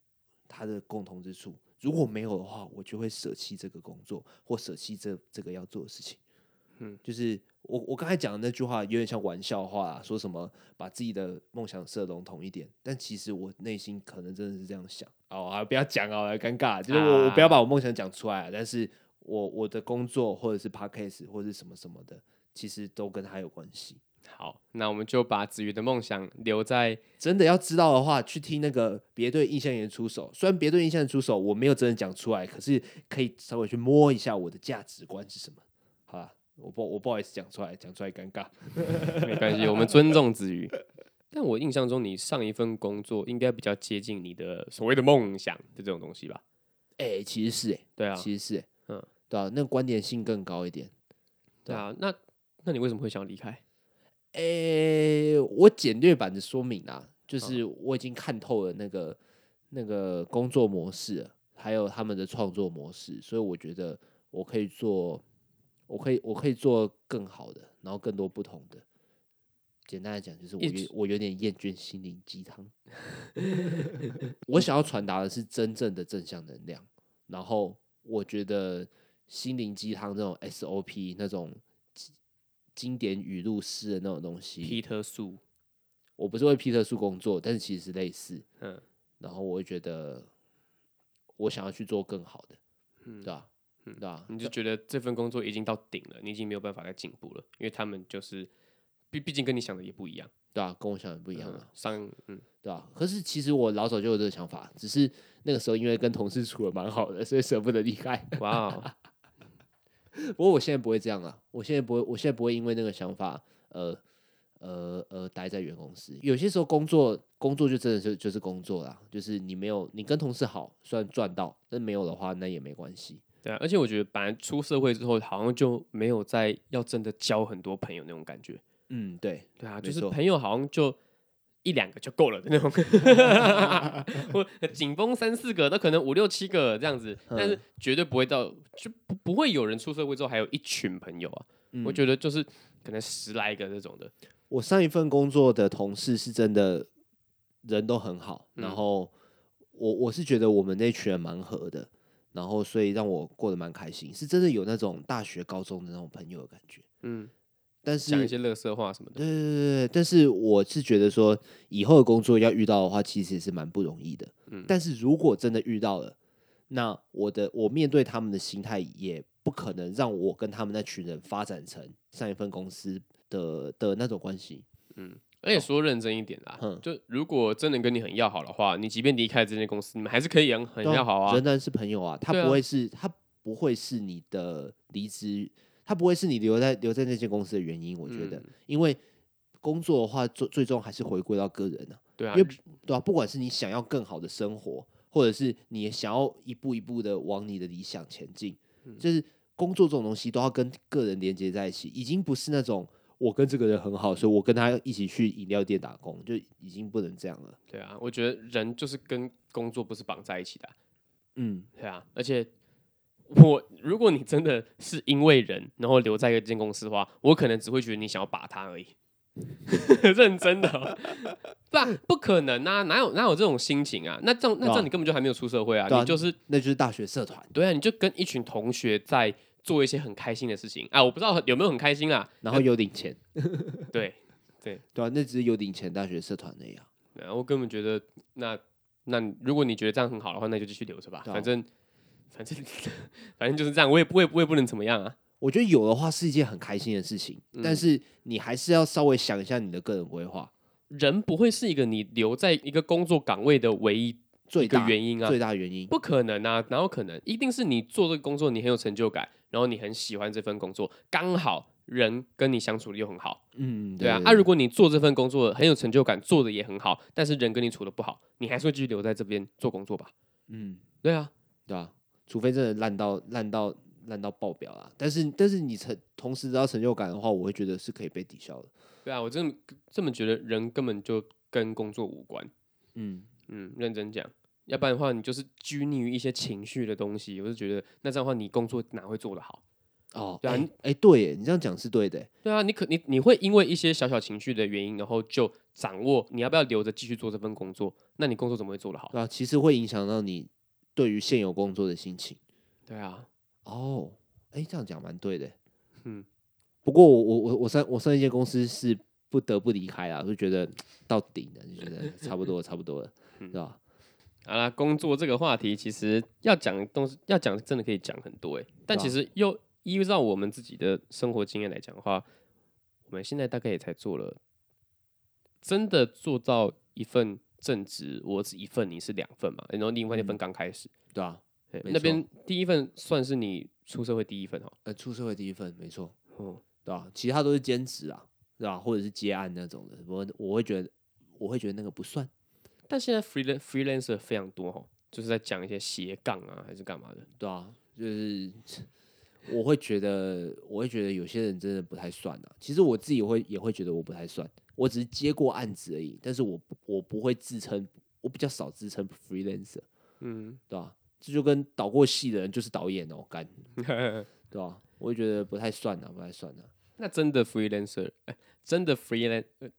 [SPEAKER 1] 它的共同之处。如果没有的话，我就会舍弃这个工作，或舍弃这这个要做的事情。
[SPEAKER 2] 嗯，
[SPEAKER 1] 就是我我刚才讲的那句话有点像玩笑话啊，说什么把自己的梦想设笼统一点，但其实我内心可能真的是这样想哦啊，不要讲啊，尴尬，就是我、我不要把我梦想讲出来啊，但是我我的工作或者是 podcast 或者是什么什么的，其实都跟他有关系。
[SPEAKER 2] 好，那我们就把子瑜的梦想留在
[SPEAKER 1] 真的要知道的话，去听那个别对印象员出手。虽然别对印象员出手，我没有真的讲出来，可是可以稍微去摸一下我的价值观是什么。好啦，我不我不好意思讲出来，讲出来尴尬。
[SPEAKER 2] 没关系，我们尊重子瑜。但我印象中，你上一份工作应该比较接近你的所谓的梦想的这种东西吧？
[SPEAKER 1] 哎、其实是哎、
[SPEAKER 2] 对啊，
[SPEAKER 1] 其实是哎、
[SPEAKER 2] 嗯
[SPEAKER 1] 嗯，对啊，那观点性更高一点。
[SPEAKER 2] 对啊。那那你为什么会想离开？
[SPEAKER 1] 哎、我简略版的说明啊，就是我已经看透了那个那个工作模式了，还有他们的创作模式，所以我觉得我可以做，我可以我可以做更好的，然后更多不同的。简单来讲，就是我
[SPEAKER 2] 一
[SPEAKER 1] 有
[SPEAKER 2] 直
[SPEAKER 1] 我有点厌倦心灵鸡汤。 我想要传达的是真正的正向能量，然后我觉得心灵鸡汤这种 SOP 那种经经典语录式的那种东西，
[SPEAKER 2] 特素，
[SPEAKER 1] 我不是为皮特叔工作，但是其实类似。
[SPEAKER 2] 嗯
[SPEAKER 1] 然后我会觉得我想要去做更好的，
[SPEAKER 2] 嗯
[SPEAKER 1] 对吧、对啊吧、
[SPEAKER 2] 你就觉得这份工作已经到顶了，你已经没有办法再进步了，因为他们就是毕毕竟跟你想的也不一样，
[SPEAKER 1] 对啊，跟我想的不一
[SPEAKER 2] 一
[SPEAKER 1] 样啊。
[SPEAKER 2] 上嗯，
[SPEAKER 1] 对吧？可是其实我老早就有这个想法，只是那个时候因为跟同事处的蛮好的，所以舍不得离开。
[SPEAKER 2] 哇哦，
[SPEAKER 1] 不过我现在不会这样了，我现在不会，我现在不会因为那个想法，呃呃呃，待在原公司。有些时候工作工作就真的是就是工作啦，就是你没有你跟同事好，虽然赚到，但没有的话那也没关系。
[SPEAKER 2] 对啊。而且我觉得，本来出社会之后，好像就没有再要真的交很多朋友那种感觉。
[SPEAKER 1] 嗯，对，
[SPEAKER 2] 对啊，
[SPEAKER 1] 没
[SPEAKER 2] 就是
[SPEAKER 1] 错
[SPEAKER 2] 朋友好像就一两个就够了的那 种，我紧绷三四个，那可能五六七个这样子，但是
[SPEAKER 1] 嗯
[SPEAKER 2] 绝对不会到就不不会有人出社会之后还有一群朋友啊。
[SPEAKER 1] 嗯
[SPEAKER 2] 我觉得就是可能十来个这种的，
[SPEAKER 1] 我上一份工作的同事是真的人都很好，然
[SPEAKER 2] 嗯
[SPEAKER 1] 后我我是觉得我们那群人蛮合的，然后所以让我过得蛮开心，是真的有那种大学、高中的那种朋友的感觉。
[SPEAKER 2] 嗯，
[SPEAKER 1] 但是
[SPEAKER 2] 讲一些乐色话什么的，
[SPEAKER 1] 对对对对，但是我是觉得说，以后的工作要遇到的话，其实也是蛮不容易的。
[SPEAKER 2] 嗯
[SPEAKER 1] 但是如果真的遇到了，那我的我面对他们的心态也不可能让我跟他们那群人发展成上一份公司的的那种关系。
[SPEAKER 2] 而且说认真一点啦，
[SPEAKER 1] 嗯
[SPEAKER 2] 就如果真的跟你很要好的话，你即便离开这间公司，你们还是可以很很
[SPEAKER 1] 对啊
[SPEAKER 2] 要好啊，
[SPEAKER 1] 仍然是朋友啊，他
[SPEAKER 2] 对啊
[SPEAKER 1] 不会是、他不会是你的离职，他不会是你留在留在那间公司的原因。我觉得，
[SPEAKER 2] 嗯
[SPEAKER 1] 因为工作的话，最最终还是回归到个人啊，
[SPEAKER 2] 对啊
[SPEAKER 1] 因，为对吧、不管是你想要更好的生活，或者是你想要一步一步的往你的理想前进，
[SPEAKER 2] 嗯
[SPEAKER 1] 就是工作这种东西都要跟个人连接在一起，已经不是那种我跟这个人很好，所以我跟他一起去饮料店打工，就已经不能这样了。
[SPEAKER 2] 对啊，我觉得人就是跟工作不是绑在一起的啊、
[SPEAKER 1] 嗯，
[SPEAKER 2] 对啊，而且我如果你真的是因为人然后留在一间公司的话，我可能只会觉得你想要把他而已， 认真的哦、不然不可能啊，哪有哪有这种心情啊？那这样那这
[SPEAKER 1] 对
[SPEAKER 2] 样
[SPEAKER 1] 啊
[SPEAKER 2] 你根本就还没有出社会啊，
[SPEAKER 1] 对啊
[SPEAKER 2] 你就是
[SPEAKER 1] 那就是大学社团，
[SPEAKER 2] 对啊，你就跟一群同学在做一些很开心的事情啊，我不知道有没有很开心啊，
[SPEAKER 1] 然后有领钱，
[SPEAKER 2] 对，
[SPEAKER 1] 对吧、啊那只是有领钱大学社团那啊样。
[SPEAKER 2] 然后我根本觉得那那你如果你觉得这样很好的话，那就继续留着吧，
[SPEAKER 1] 对啊
[SPEAKER 2] 反正反正反正就是这样，我也不我也不我也不能怎么样啊，
[SPEAKER 1] 我觉得有的话是一件很开心的事情，
[SPEAKER 2] 嗯
[SPEAKER 1] 但是你还是要稍微想一下你的个人规划，
[SPEAKER 2] 人不会是一个你留在一个工作岗位的唯一
[SPEAKER 1] 最
[SPEAKER 2] 一个
[SPEAKER 1] 大
[SPEAKER 2] 原因啊
[SPEAKER 1] 最，大原因。
[SPEAKER 2] 不可能啊，哪有可能？一定是你做这个工作，你很有成就感，然后你很喜欢这份工作，刚好人跟你相处的又很好，
[SPEAKER 1] 嗯，
[SPEAKER 2] 对啊。啊，如果你做这份工作很有成就感，做的也很好，但是人跟你处的不好，你还是会继续留在这边做工作吧？
[SPEAKER 1] 嗯，
[SPEAKER 2] 对啊，
[SPEAKER 1] 对吧、除非真的烂到烂到烂到爆表啦，但是但是你成同时得到成就感的话，我会觉得是可以被抵消的。
[SPEAKER 2] 对啊，我真的这么觉得，人根本就跟工作无关。
[SPEAKER 1] 嗯，
[SPEAKER 2] 嗯，认真讲，要不然的话，你就是拘泥于一些情绪的东西，我就觉得那这样的话，你工作哪会做得好？
[SPEAKER 1] 哦，
[SPEAKER 2] 对啊
[SPEAKER 1] 哎、
[SPEAKER 2] 你
[SPEAKER 1] 哎对耶，你这样讲是对的耶。
[SPEAKER 2] 对啊，你可你你会因为一些小小情绪的原因，然后就掌握你要不要留着继续做这份工作，那你工作怎么会做得好？
[SPEAKER 1] 对啊，其实会影响到你对于现有工作的心情。
[SPEAKER 2] 对啊，
[SPEAKER 1] 哦，哎，这样讲蛮对的。
[SPEAKER 2] 嗯
[SPEAKER 1] 嗯，不过我我我我上我上一间公司是不得不离开啦，就觉得到顶了，就觉得差不多了，差不多了，对吧？
[SPEAKER 2] 好啦，工作这个话题其实要讲的东西，要讲真的可以讲很多诶、但
[SPEAKER 1] 对啊
[SPEAKER 2] 其实又依照我们自己的生活经验来讲的话，我们现在大概也才做了，真的做到一份正职，我是一份，你是两份嘛，然后另外一份
[SPEAKER 1] 嗯
[SPEAKER 2] 刚开始，
[SPEAKER 1] 对啊，
[SPEAKER 2] 对
[SPEAKER 1] 没
[SPEAKER 2] 那
[SPEAKER 1] 错
[SPEAKER 2] 边第一份算是你出社会第一份哦，
[SPEAKER 1] 呃，出社会第一份，没错，
[SPEAKER 2] 哦，
[SPEAKER 1] 对吧？其他都是兼职啊，对吧？或者是接案那种的，我我会觉得我会觉得那个不算。
[SPEAKER 2] 但现在 freelan freelancer 非常多哦，就是在讲一些斜杠啊，还是干嘛的？
[SPEAKER 1] 对啊，就是 我会觉得，我会觉得有些人真的不太算啊。其实我自己会也会觉得我不太算，我只是接过案子而已，但是我不我不会自称，我比较少自称 freelancer，
[SPEAKER 2] 嗯，
[SPEAKER 1] 对吧、这就跟导过戏的人就是导演哦，干，对吧、我会觉得不太算啊，不太算啊，
[SPEAKER 2] 那真的 freelancer，、哎真的 freelan，呃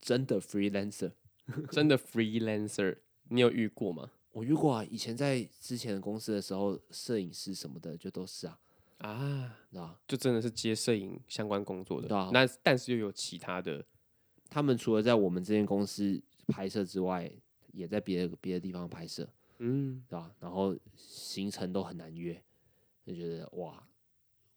[SPEAKER 1] 真的 freelancer。
[SPEAKER 2] 真的 freelancer，你有遇过吗？
[SPEAKER 1] 我遇过啊，以前在之前的公司的时候，摄影师什么的就都是啊，
[SPEAKER 2] 啊，
[SPEAKER 1] 对吧、
[SPEAKER 2] 就真的是接摄影相关工作的，
[SPEAKER 1] 对啊
[SPEAKER 2] 那但是又有其他的，
[SPEAKER 1] 他们除了在我们这间公司拍摄之外，也在别的别的地方拍摄。
[SPEAKER 2] 嗯，
[SPEAKER 1] 对吧、然后行程都很难约，就觉得哇，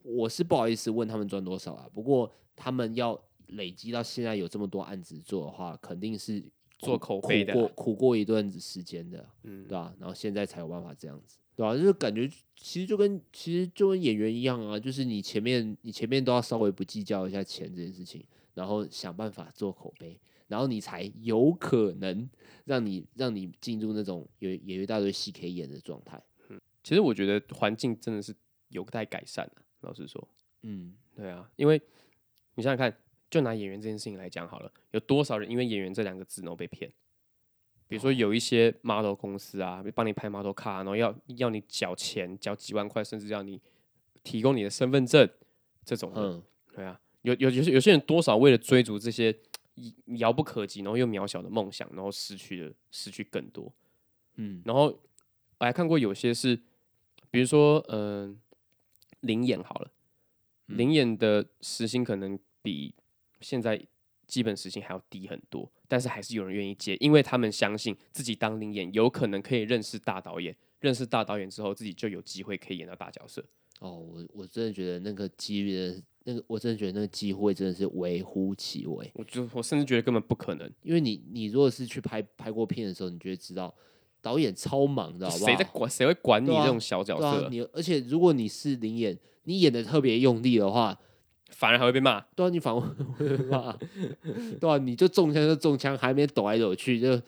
[SPEAKER 1] 我是不好意思问他们赚多少啊。不过他们要累积到现在有这么多案子做的话，肯定是
[SPEAKER 2] 做
[SPEAKER 1] 苦
[SPEAKER 2] 口碑的
[SPEAKER 1] 苦过
[SPEAKER 2] 啦
[SPEAKER 1] 苦过一段子时间的，
[SPEAKER 2] 嗯
[SPEAKER 1] 对吧、然后现在才有办法这样子，对吧、就是感觉其实就跟其实就跟演员一样啊，就是你前面你前面都要稍微不计较一下钱这件事情，然后想办法做口碑。然后你才有可能让你让你进入那种有有一大堆戏可以演的状态。
[SPEAKER 2] 其实我觉得环境真的是有待改善啊，老实说，
[SPEAKER 1] 嗯，
[SPEAKER 2] 对啊，因为你想想看，就拿演员这件事情来讲好了，有多少人因为演员这两个字然后被骗？比如说有一些 model 公司啊，帮你拍 model 卡，然后要要你缴钱，缴几万块，甚至要你提供你的身份证这种的。
[SPEAKER 1] 嗯，
[SPEAKER 2] 对啊，有有有些有些人多少为了追逐这些一遥不可及，然后又渺小的梦想，然后失去了失去更多。
[SPEAKER 1] 嗯，
[SPEAKER 2] 然后我还看过有些是，比如说嗯、呃，零演好了，
[SPEAKER 1] 嗯
[SPEAKER 2] 零演的时薪可能比现在基本时薪还要低很多，但是还是有人愿意接，因为他们相信自己当零演有可能可以认识大导演，认识大导演之后自己就有机会可以演到大角色。
[SPEAKER 1] 哦，我我真的觉得那个机遇的，那个我真的觉得那个机会真的是微乎其微，
[SPEAKER 2] 我就我甚至觉得根本不可能，
[SPEAKER 1] 因为你你如果是去拍拍过片的时候，你就会知道导演超忙的，好不好？
[SPEAKER 2] 谁在管谁会管你
[SPEAKER 1] 对啊
[SPEAKER 2] 这种小角
[SPEAKER 1] 对
[SPEAKER 2] 色
[SPEAKER 1] 啊，？你而且如果你是零演，你演的特别用力的话，
[SPEAKER 2] 反而还会被骂。
[SPEAKER 1] 对啊，你反问会被骂， 对啊，你就中枪就中枪，还没抖来抖去就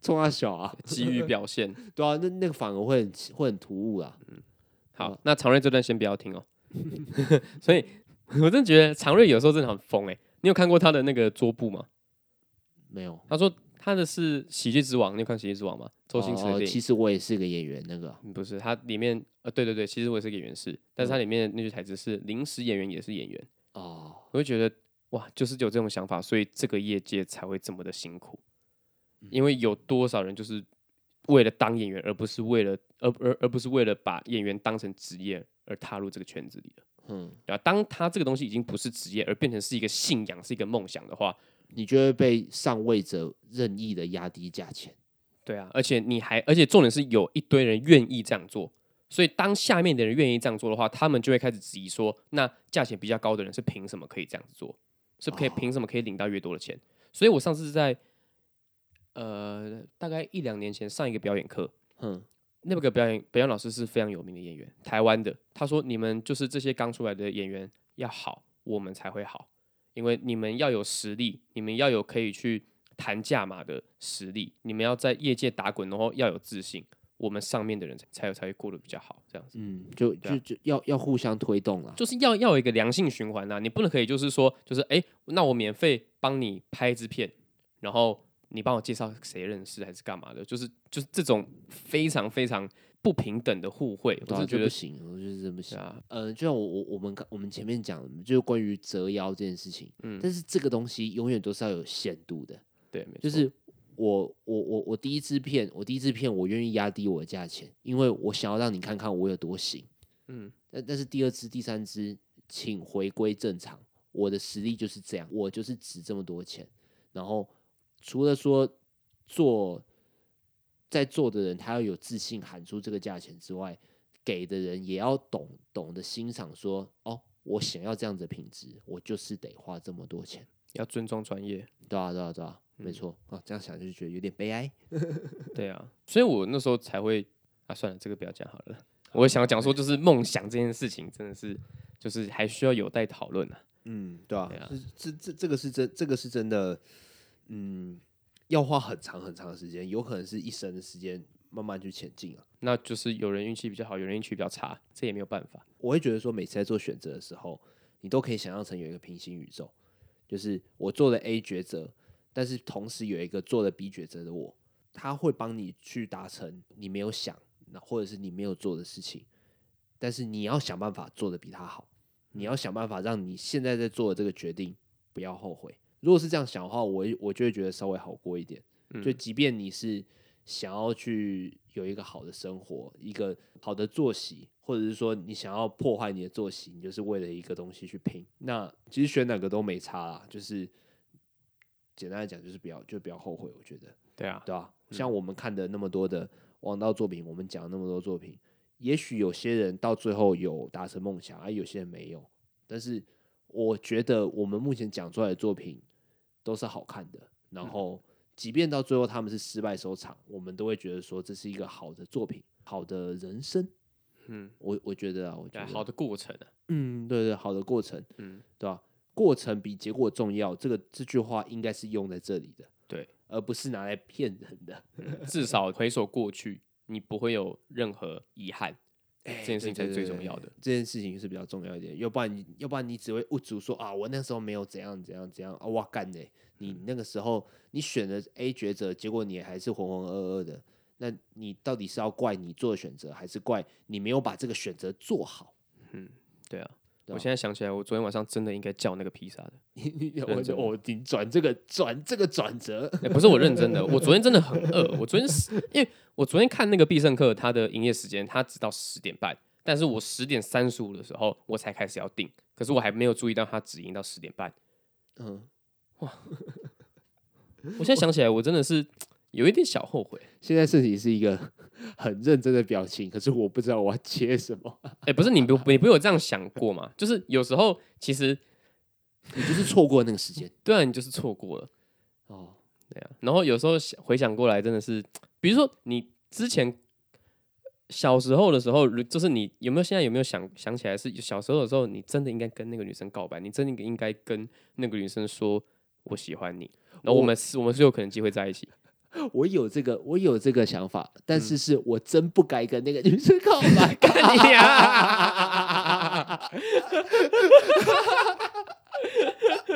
[SPEAKER 1] 冲他小啊，
[SPEAKER 2] 基于表现，
[SPEAKER 1] 对啊，那那个反而会很奇会很突兀啊。
[SPEAKER 2] 好，那常瑞这段先不要听哦。 所以， 我真的觉得常瑞有时候真的很疯哎、你有看过他的那个桌布吗？
[SPEAKER 1] 没有，
[SPEAKER 2] 他说他的是《喜剧之王》，你有看《喜剧之王》吗？周星驰的
[SPEAKER 1] 哦
[SPEAKER 2] 电影。
[SPEAKER 1] 其实我也是个演员，那个
[SPEAKER 2] 嗯不是，他里面呃，对对对，其实我也是个演员
[SPEAKER 1] 嗯
[SPEAKER 2] 是，但是他里面那句台词是临时演员也是演员，
[SPEAKER 1] 哦，
[SPEAKER 2] 我就觉得哇，就是有这种想法，所以这个业界才会这么的辛苦，
[SPEAKER 1] 嗯
[SPEAKER 2] 因为有多少人就是为了当演员，而不是为了而而而不是为了把演员当成职业而踏入这个圈子里的，
[SPEAKER 1] 嗯，
[SPEAKER 2] 对吧、啊当他这个东西已经不是职业，而变成是一个信仰，是一个梦想的话，
[SPEAKER 1] 你就会被上位者任意的压低价钱。
[SPEAKER 2] 对啊，而且你还，而且重点是有一堆人愿意这样做，所以当下面的人愿意这样做的话，他们就会开始质疑说，那价钱比较高的人是凭什么可以这样子做？是可以
[SPEAKER 1] 哦
[SPEAKER 2] 凭什么可以领到越多的钱？所以我上次在呃大概一两年前上一个表演课，
[SPEAKER 1] 哼，
[SPEAKER 2] 那个表演表演老师是非常有名的演员，台湾的，他说你们就是这些刚出来的演员要好，我们才会好，因为你们要有实力，你们要有可以去谈价码的实力，你们要在业界打滚，然后要有自信，我们上面的人才才有才会过得比较好，这样子。
[SPEAKER 1] 嗯，就
[SPEAKER 2] 对啊
[SPEAKER 1] 就就要要互相推动啦。
[SPEAKER 2] 就是要要有一个良性循环呐、啊你不能可以就是说，就是哎、诶那我免费帮你拍一支片，然后你帮我介绍谁认识还是干嘛的，就是就是这种非常非常不平等的互惠，我
[SPEAKER 1] 对啊
[SPEAKER 2] 是
[SPEAKER 1] 就
[SPEAKER 2] 觉
[SPEAKER 1] 不
[SPEAKER 2] 得
[SPEAKER 1] 行，我就是真不行。
[SPEAKER 2] 啊，
[SPEAKER 1] 嗯、就像我我我们刚我们前面讲，的，就是关于折腰这件事情，
[SPEAKER 2] 嗯
[SPEAKER 1] 但是这个东西永远都是要有限度的。
[SPEAKER 2] 对，没错
[SPEAKER 1] 就是我我我我第一支片，我第一支片我愿意压低我的价钱，因为我想要让你看看我有多行。
[SPEAKER 2] 嗯，
[SPEAKER 1] 但但是第二支、第三支，请回归正常。我的实力就是这样，我就是值这么多钱。然后除了说做在做的人他要有自信喊出这个价钱之外，给的人也要懂懂得欣赏说，哦，我想要这样子的品质，我就是得花这么多钱。
[SPEAKER 2] 要尊重专业，
[SPEAKER 1] 对啊，对啊，对啊，没
[SPEAKER 2] 嗯
[SPEAKER 1] 错啊，这样想就觉得有点悲哀。
[SPEAKER 2] 对啊，所以我那时候才会啊，算了，这个不要讲好了。我想要讲说，就是梦想这件事情，真的是就是还需要有待讨论啊。
[SPEAKER 1] 嗯，对啊
[SPEAKER 2] 对啊
[SPEAKER 1] 是这这这个是真，这个是真的，嗯，要花很长很长的时间，有可能是一生的时间慢慢去前进啊。
[SPEAKER 2] 那就是有人运气比较好，有人运气比较差，这也没有办法。
[SPEAKER 1] 我会觉得说，每次在做选择的时候，你都可以想象成有一个平行宇宙，就是我做了 A 抉择，但是同时有一个做了 B 抉择的我，他会帮你去达成你没有想，那或者是你没有做的事情，但是你要想办法做的比他好，你要想办法让你现在在做的这个决定不要后悔。如果是这样想的话，我我就会觉得稍微好过一点。
[SPEAKER 2] 嗯
[SPEAKER 1] 就即便你是想要去有一个好的生活，一个好的作息，或者是说你想要破坏你的作息，你就是为了一个东西去拼。那其实选哪个都没差啦，就是简单来讲，就是不要就不要后悔，我觉得
[SPEAKER 2] 对啊，
[SPEAKER 1] 对吧、像我们看的那么多的王道作品，我们讲那么多作品，也许有些人到最后有达成梦想，而、啊有些人没有。但是我觉得我们目前讲出来的作品都是好看的，然
[SPEAKER 2] 嗯
[SPEAKER 1] 后即便到最后他们是失败收场，我们都会觉得说这是一个好的作品，好的人生。
[SPEAKER 2] 嗯，
[SPEAKER 1] 我我觉得啊，我觉得
[SPEAKER 2] 对啊，好的过程啊，
[SPEAKER 1] 嗯，对对，好的过程，
[SPEAKER 2] 嗯，
[SPEAKER 1] 对吧？过程比结果重要，这个这句话应该是用在这里的，
[SPEAKER 2] 对，
[SPEAKER 1] 而不是拿来骗人的。
[SPEAKER 2] 至少回首过去，你不会有任何遗憾，
[SPEAKER 1] 哎
[SPEAKER 2] 这件事情才是最重要的。
[SPEAKER 1] 这件事情是比较重要一点，要不然你要不然你只会误足说啊，我那时候没有怎样怎样怎样啊，哇干的，你
[SPEAKER 2] 嗯
[SPEAKER 1] 那个时候你选了 A 抉择，结果你还是浑浑噩噩的，那你到底是要怪你做的选择，还是怪你没有把这个选择做好？
[SPEAKER 2] 对啊，
[SPEAKER 1] 对
[SPEAKER 2] 我
[SPEAKER 1] 啊
[SPEAKER 2] 现在想起来，我昨天晚上真的应该叫那个披萨的，
[SPEAKER 1] 我就我你转这个转这个转折，
[SPEAKER 2] 哎，不是我认真的，我昨天真的很饿，我昨天是因为我昨天看那个必胜客，它的营业时间它只到十点半，但是我十点三十五的时候我才开始要订，可是我还没有注意到它只营到十点半。
[SPEAKER 1] 嗯，
[SPEAKER 2] 我现在想起来，我真的是有一点小后悔。
[SPEAKER 1] 现在身体是一个很认真的表情，可是我不知道我要接什么，
[SPEAKER 2] 哎、不是你不你不有这样想过吗？就是有时候其实
[SPEAKER 1] 你就是错过那个时间
[SPEAKER 2] 对啊，你就是错过了。
[SPEAKER 1] 哦，
[SPEAKER 2] 对啊，然后有时候想回想过来，真的是，比如说你之前小时候的时候，如就是你有没有现在有没有想想起来是小时候的时候，你真的应该跟那个女生告白，你真的应该跟那个女生说我喜欢你，然后我们是我们是有可能机会在一起。
[SPEAKER 1] 我有这个，我有这个想法，但
[SPEAKER 2] 嗯
[SPEAKER 1] 是是我真不该跟那个女生告 白。
[SPEAKER 2] 干你啊呀！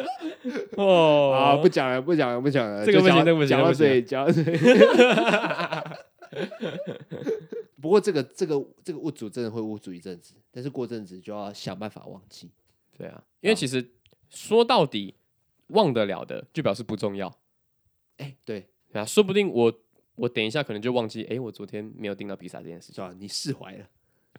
[SPEAKER 2] 哦
[SPEAKER 1] 啊，不讲了，不讲了，不讲了，
[SPEAKER 2] 这个
[SPEAKER 1] 就
[SPEAKER 2] 不行
[SPEAKER 1] 讲
[SPEAKER 2] 这个不行
[SPEAKER 1] 讲
[SPEAKER 2] 这个
[SPEAKER 1] 到
[SPEAKER 2] 不行
[SPEAKER 1] 这里，讲到这里。 不过这个这个这个物主真的会物主一阵子，但是过阵子就要想办法忘记。
[SPEAKER 2] 对啊，因为其实说到底忘得了的，就表示不重要。
[SPEAKER 1] 哎，对，
[SPEAKER 2] 对啊，说不定我我等一下可能就忘记，哎，我昨天没有订到披萨这件事情。
[SPEAKER 1] 是吧？你释怀了，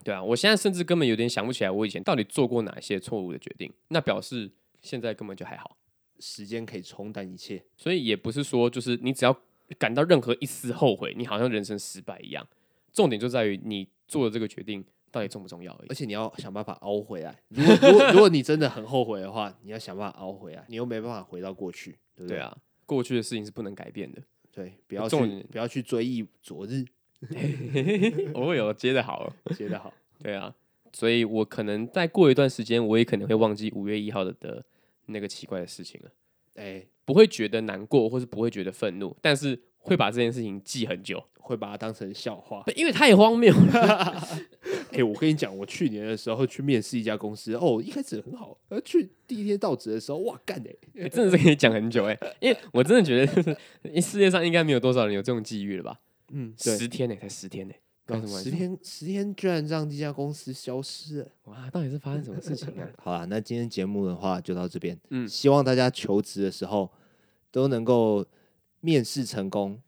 [SPEAKER 2] 对啊，我现在甚至根本有点想不起来我以前到底做过哪些错误的决定，那表示现在根本就还好。
[SPEAKER 1] 时间可以冲淡一切。
[SPEAKER 2] 所以也不是说就是你只要感到任何一丝后悔，你好像人生失败一样。重点就在于你做的这个决定到底重不重要而已
[SPEAKER 1] 而。且你要想办法熬回来。如果如果如果你真的很后悔的话，你要想办法熬回来，你又没办法回到过去，对不
[SPEAKER 2] 对？啊，过去的事情是不能改 变的。
[SPEAKER 1] 对，不要
[SPEAKER 2] 重
[SPEAKER 1] 去
[SPEAKER 2] 点
[SPEAKER 1] 不要去追忆昨日，
[SPEAKER 2] 我有接的好，
[SPEAKER 1] 写得好。
[SPEAKER 2] 对啊，所以我可能再过一段时间，我也可能会忘记五月一号的的那个奇怪的事情了，
[SPEAKER 1] 哎，
[SPEAKER 2] 不会觉得难过，或是不会觉得愤怒，但是会把这件事情记很久，
[SPEAKER 1] 会把它当成笑话。
[SPEAKER 2] 不因为太荒谬了。
[SPEAKER 1] 哎、我跟你讲，我去年的时候去面试一家公司，哦，一开始很好，呃，去第一天到职的时候，哇，干哎、
[SPEAKER 2] 欸真的是可以讲很久哎、因为我真的觉得世界上应该没有多少人有这种际遇了吧？
[SPEAKER 1] 嗯，对，哦
[SPEAKER 2] 十天呢、欸才哦十天呢、搞什么玩
[SPEAKER 1] 十
[SPEAKER 2] 笑
[SPEAKER 1] 天十天居然让这家公司消失了。
[SPEAKER 2] 哇，到底是发生什么事情啊？
[SPEAKER 1] 好啦，那今天节目的话就到这边，
[SPEAKER 2] 嗯
[SPEAKER 1] 希望大家求职的时候都能够面试成功。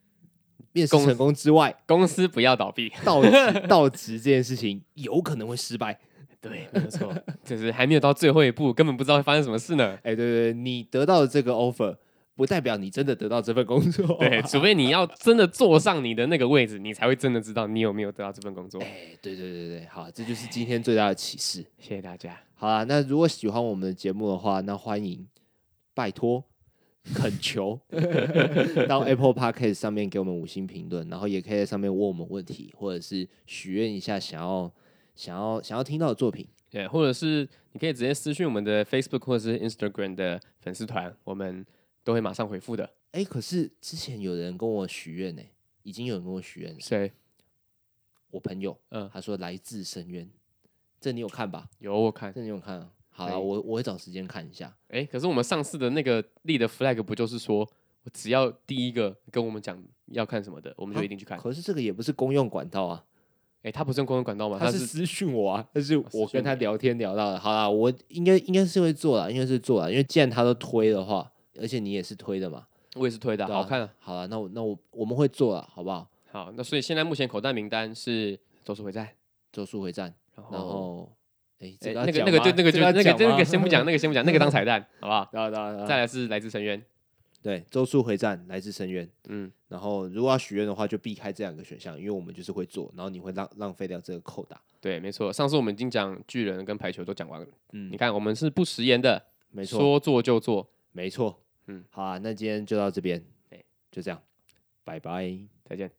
[SPEAKER 1] 面试
[SPEAKER 2] 公
[SPEAKER 1] 成功之 外，
[SPEAKER 2] 公司不要倒闭，
[SPEAKER 1] 到职到职这件事情有可能会失败。
[SPEAKER 2] 对，没有错，就是还没有到最后一步，根本不知道会发生什么事呢。
[SPEAKER 1] 哎、对对对，你得到这个 offer，不代表你真的得到这份工作。
[SPEAKER 2] 对，除非你要真的坐上你的那个位置，你才会真的知道你有没有得到这份工作。
[SPEAKER 1] 哎，对对对对，好，这就是今天最大的启示。
[SPEAKER 2] 谢谢大家，
[SPEAKER 1] 好啦，那如果喜欢我们的节目的话，那欢迎拜托恳 求到 Apple Podcast 上面给我们五星评论，然后也可以在上面问我们问题，或者是许愿一下想要想要想要听到的作品。
[SPEAKER 2] 对，或者是你可以直接私讯我们的 Facebook 或者是 Instagram 的粉丝团，我们都会马上回复的。
[SPEAKER 1] 哎，可是之前有人跟我许愿呢、已经有人跟我许愿了，
[SPEAKER 2] 谁？
[SPEAKER 1] 我朋友，
[SPEAKER 2] 嗯，
[SPEAKER 1] 他说来自深渊，这你有看吧？
[SPEAKER 2] 有我看。
[SPEAKER 1] 这你有看啊？好
[SPEAKER 2] 可
[SPEAKER 1] 了，
[SPEAKER 2] 以
[SPEAKER 1] 我我会找时间看一下。
[SPEAKER 2] 哎，可是我们上次的那个立的 flag 不就是说，我只要第一个跟我们讲要看什么的，我们就
[SPEAKER 1] 啊
[SPEAKER 2] 一定去看。
[SPEAKER 1] 可是这个也不是公用管道啊。
[SPEAKER 2] 哎，他不是用公共管道吗？
[SPEAKER 1] 他
[SPEAKER 2] 他
[SPEAKER 1] 是
[SPEAKER 2] 是哦
[SPEAKER 1] 私讯我啊，但是
[SPEAKER 2] 私
[SPEAKER 1] 我
[SPEAKER 2] 讯
[SPEAKER 1] 跟他
[SPEAKER 2] 你
[SPEAKER 1] 聊天聊到的。好啦，我应该应该是会做啦，应该是做啦，因为既然他都推的话，而且你也是推的嘛，
[SPEAKER 2] 我也是推的，
[SPEAKER 1] 对啊
[SPEAKER 2] 好看啊。
[SPEAKER 1] 好啦，那我那我我们会做啦，好不好？
[SPEAKER 2] 好，那所以现在目前口袋名单是《咒术回战》，
[SPEAKER 1] 咒术回战，
[SPEAKER 2] 然后
[SPEAKER 1] 然后哎，这
[SPEAKER 2] 哦诶
[SPEAKER 1] 个要
[SPEAKER 2] 那个
[SPEAKER 1] 讲
[SPEAKER 2] 那个就
[SPEAKER 1] 吗
[SPEAKER 2] 那个就
[SPEAKER 1] 这要讲吗
[SPEAKER 2] 那个那
[SPEAKER 1] 嗯
[SPEAKER 2] 个先不讲，那个先不讲，那个当彩蛋，好不好？
[SPEAKER 1] 然后然后然后
[SPEAKER 2] 再来是来自深渊，
[SPEAKER 1] 对咒术回战来自深渊。
[SPEAKER 2] 嗯，
[SPEAKER 1] 然后如果要许愿的话，就避开这两个选项，因为我们就是会做，然后你会浪浪费掉这个扣打。
[SPEAKER 2] 对，没错。上次我们已经讲巨人跟排球都讲完了，
[SPEAKER 1] 嗯
[SPEAKER 2] 你，看我们是不食言的，
[SPEAKER 1] 没错，
[SPEAKER 2] 说做就做。
[SPEAKER 1] 没错。
[SPEAKER 2] 嗯
[SPEAKER 1] 嗯，好啊，那今天就到这边
[SPEAKER 2] 对，
[SPEAKER 1] 就这样，拜拜。
[SPEAKER 2] 再见。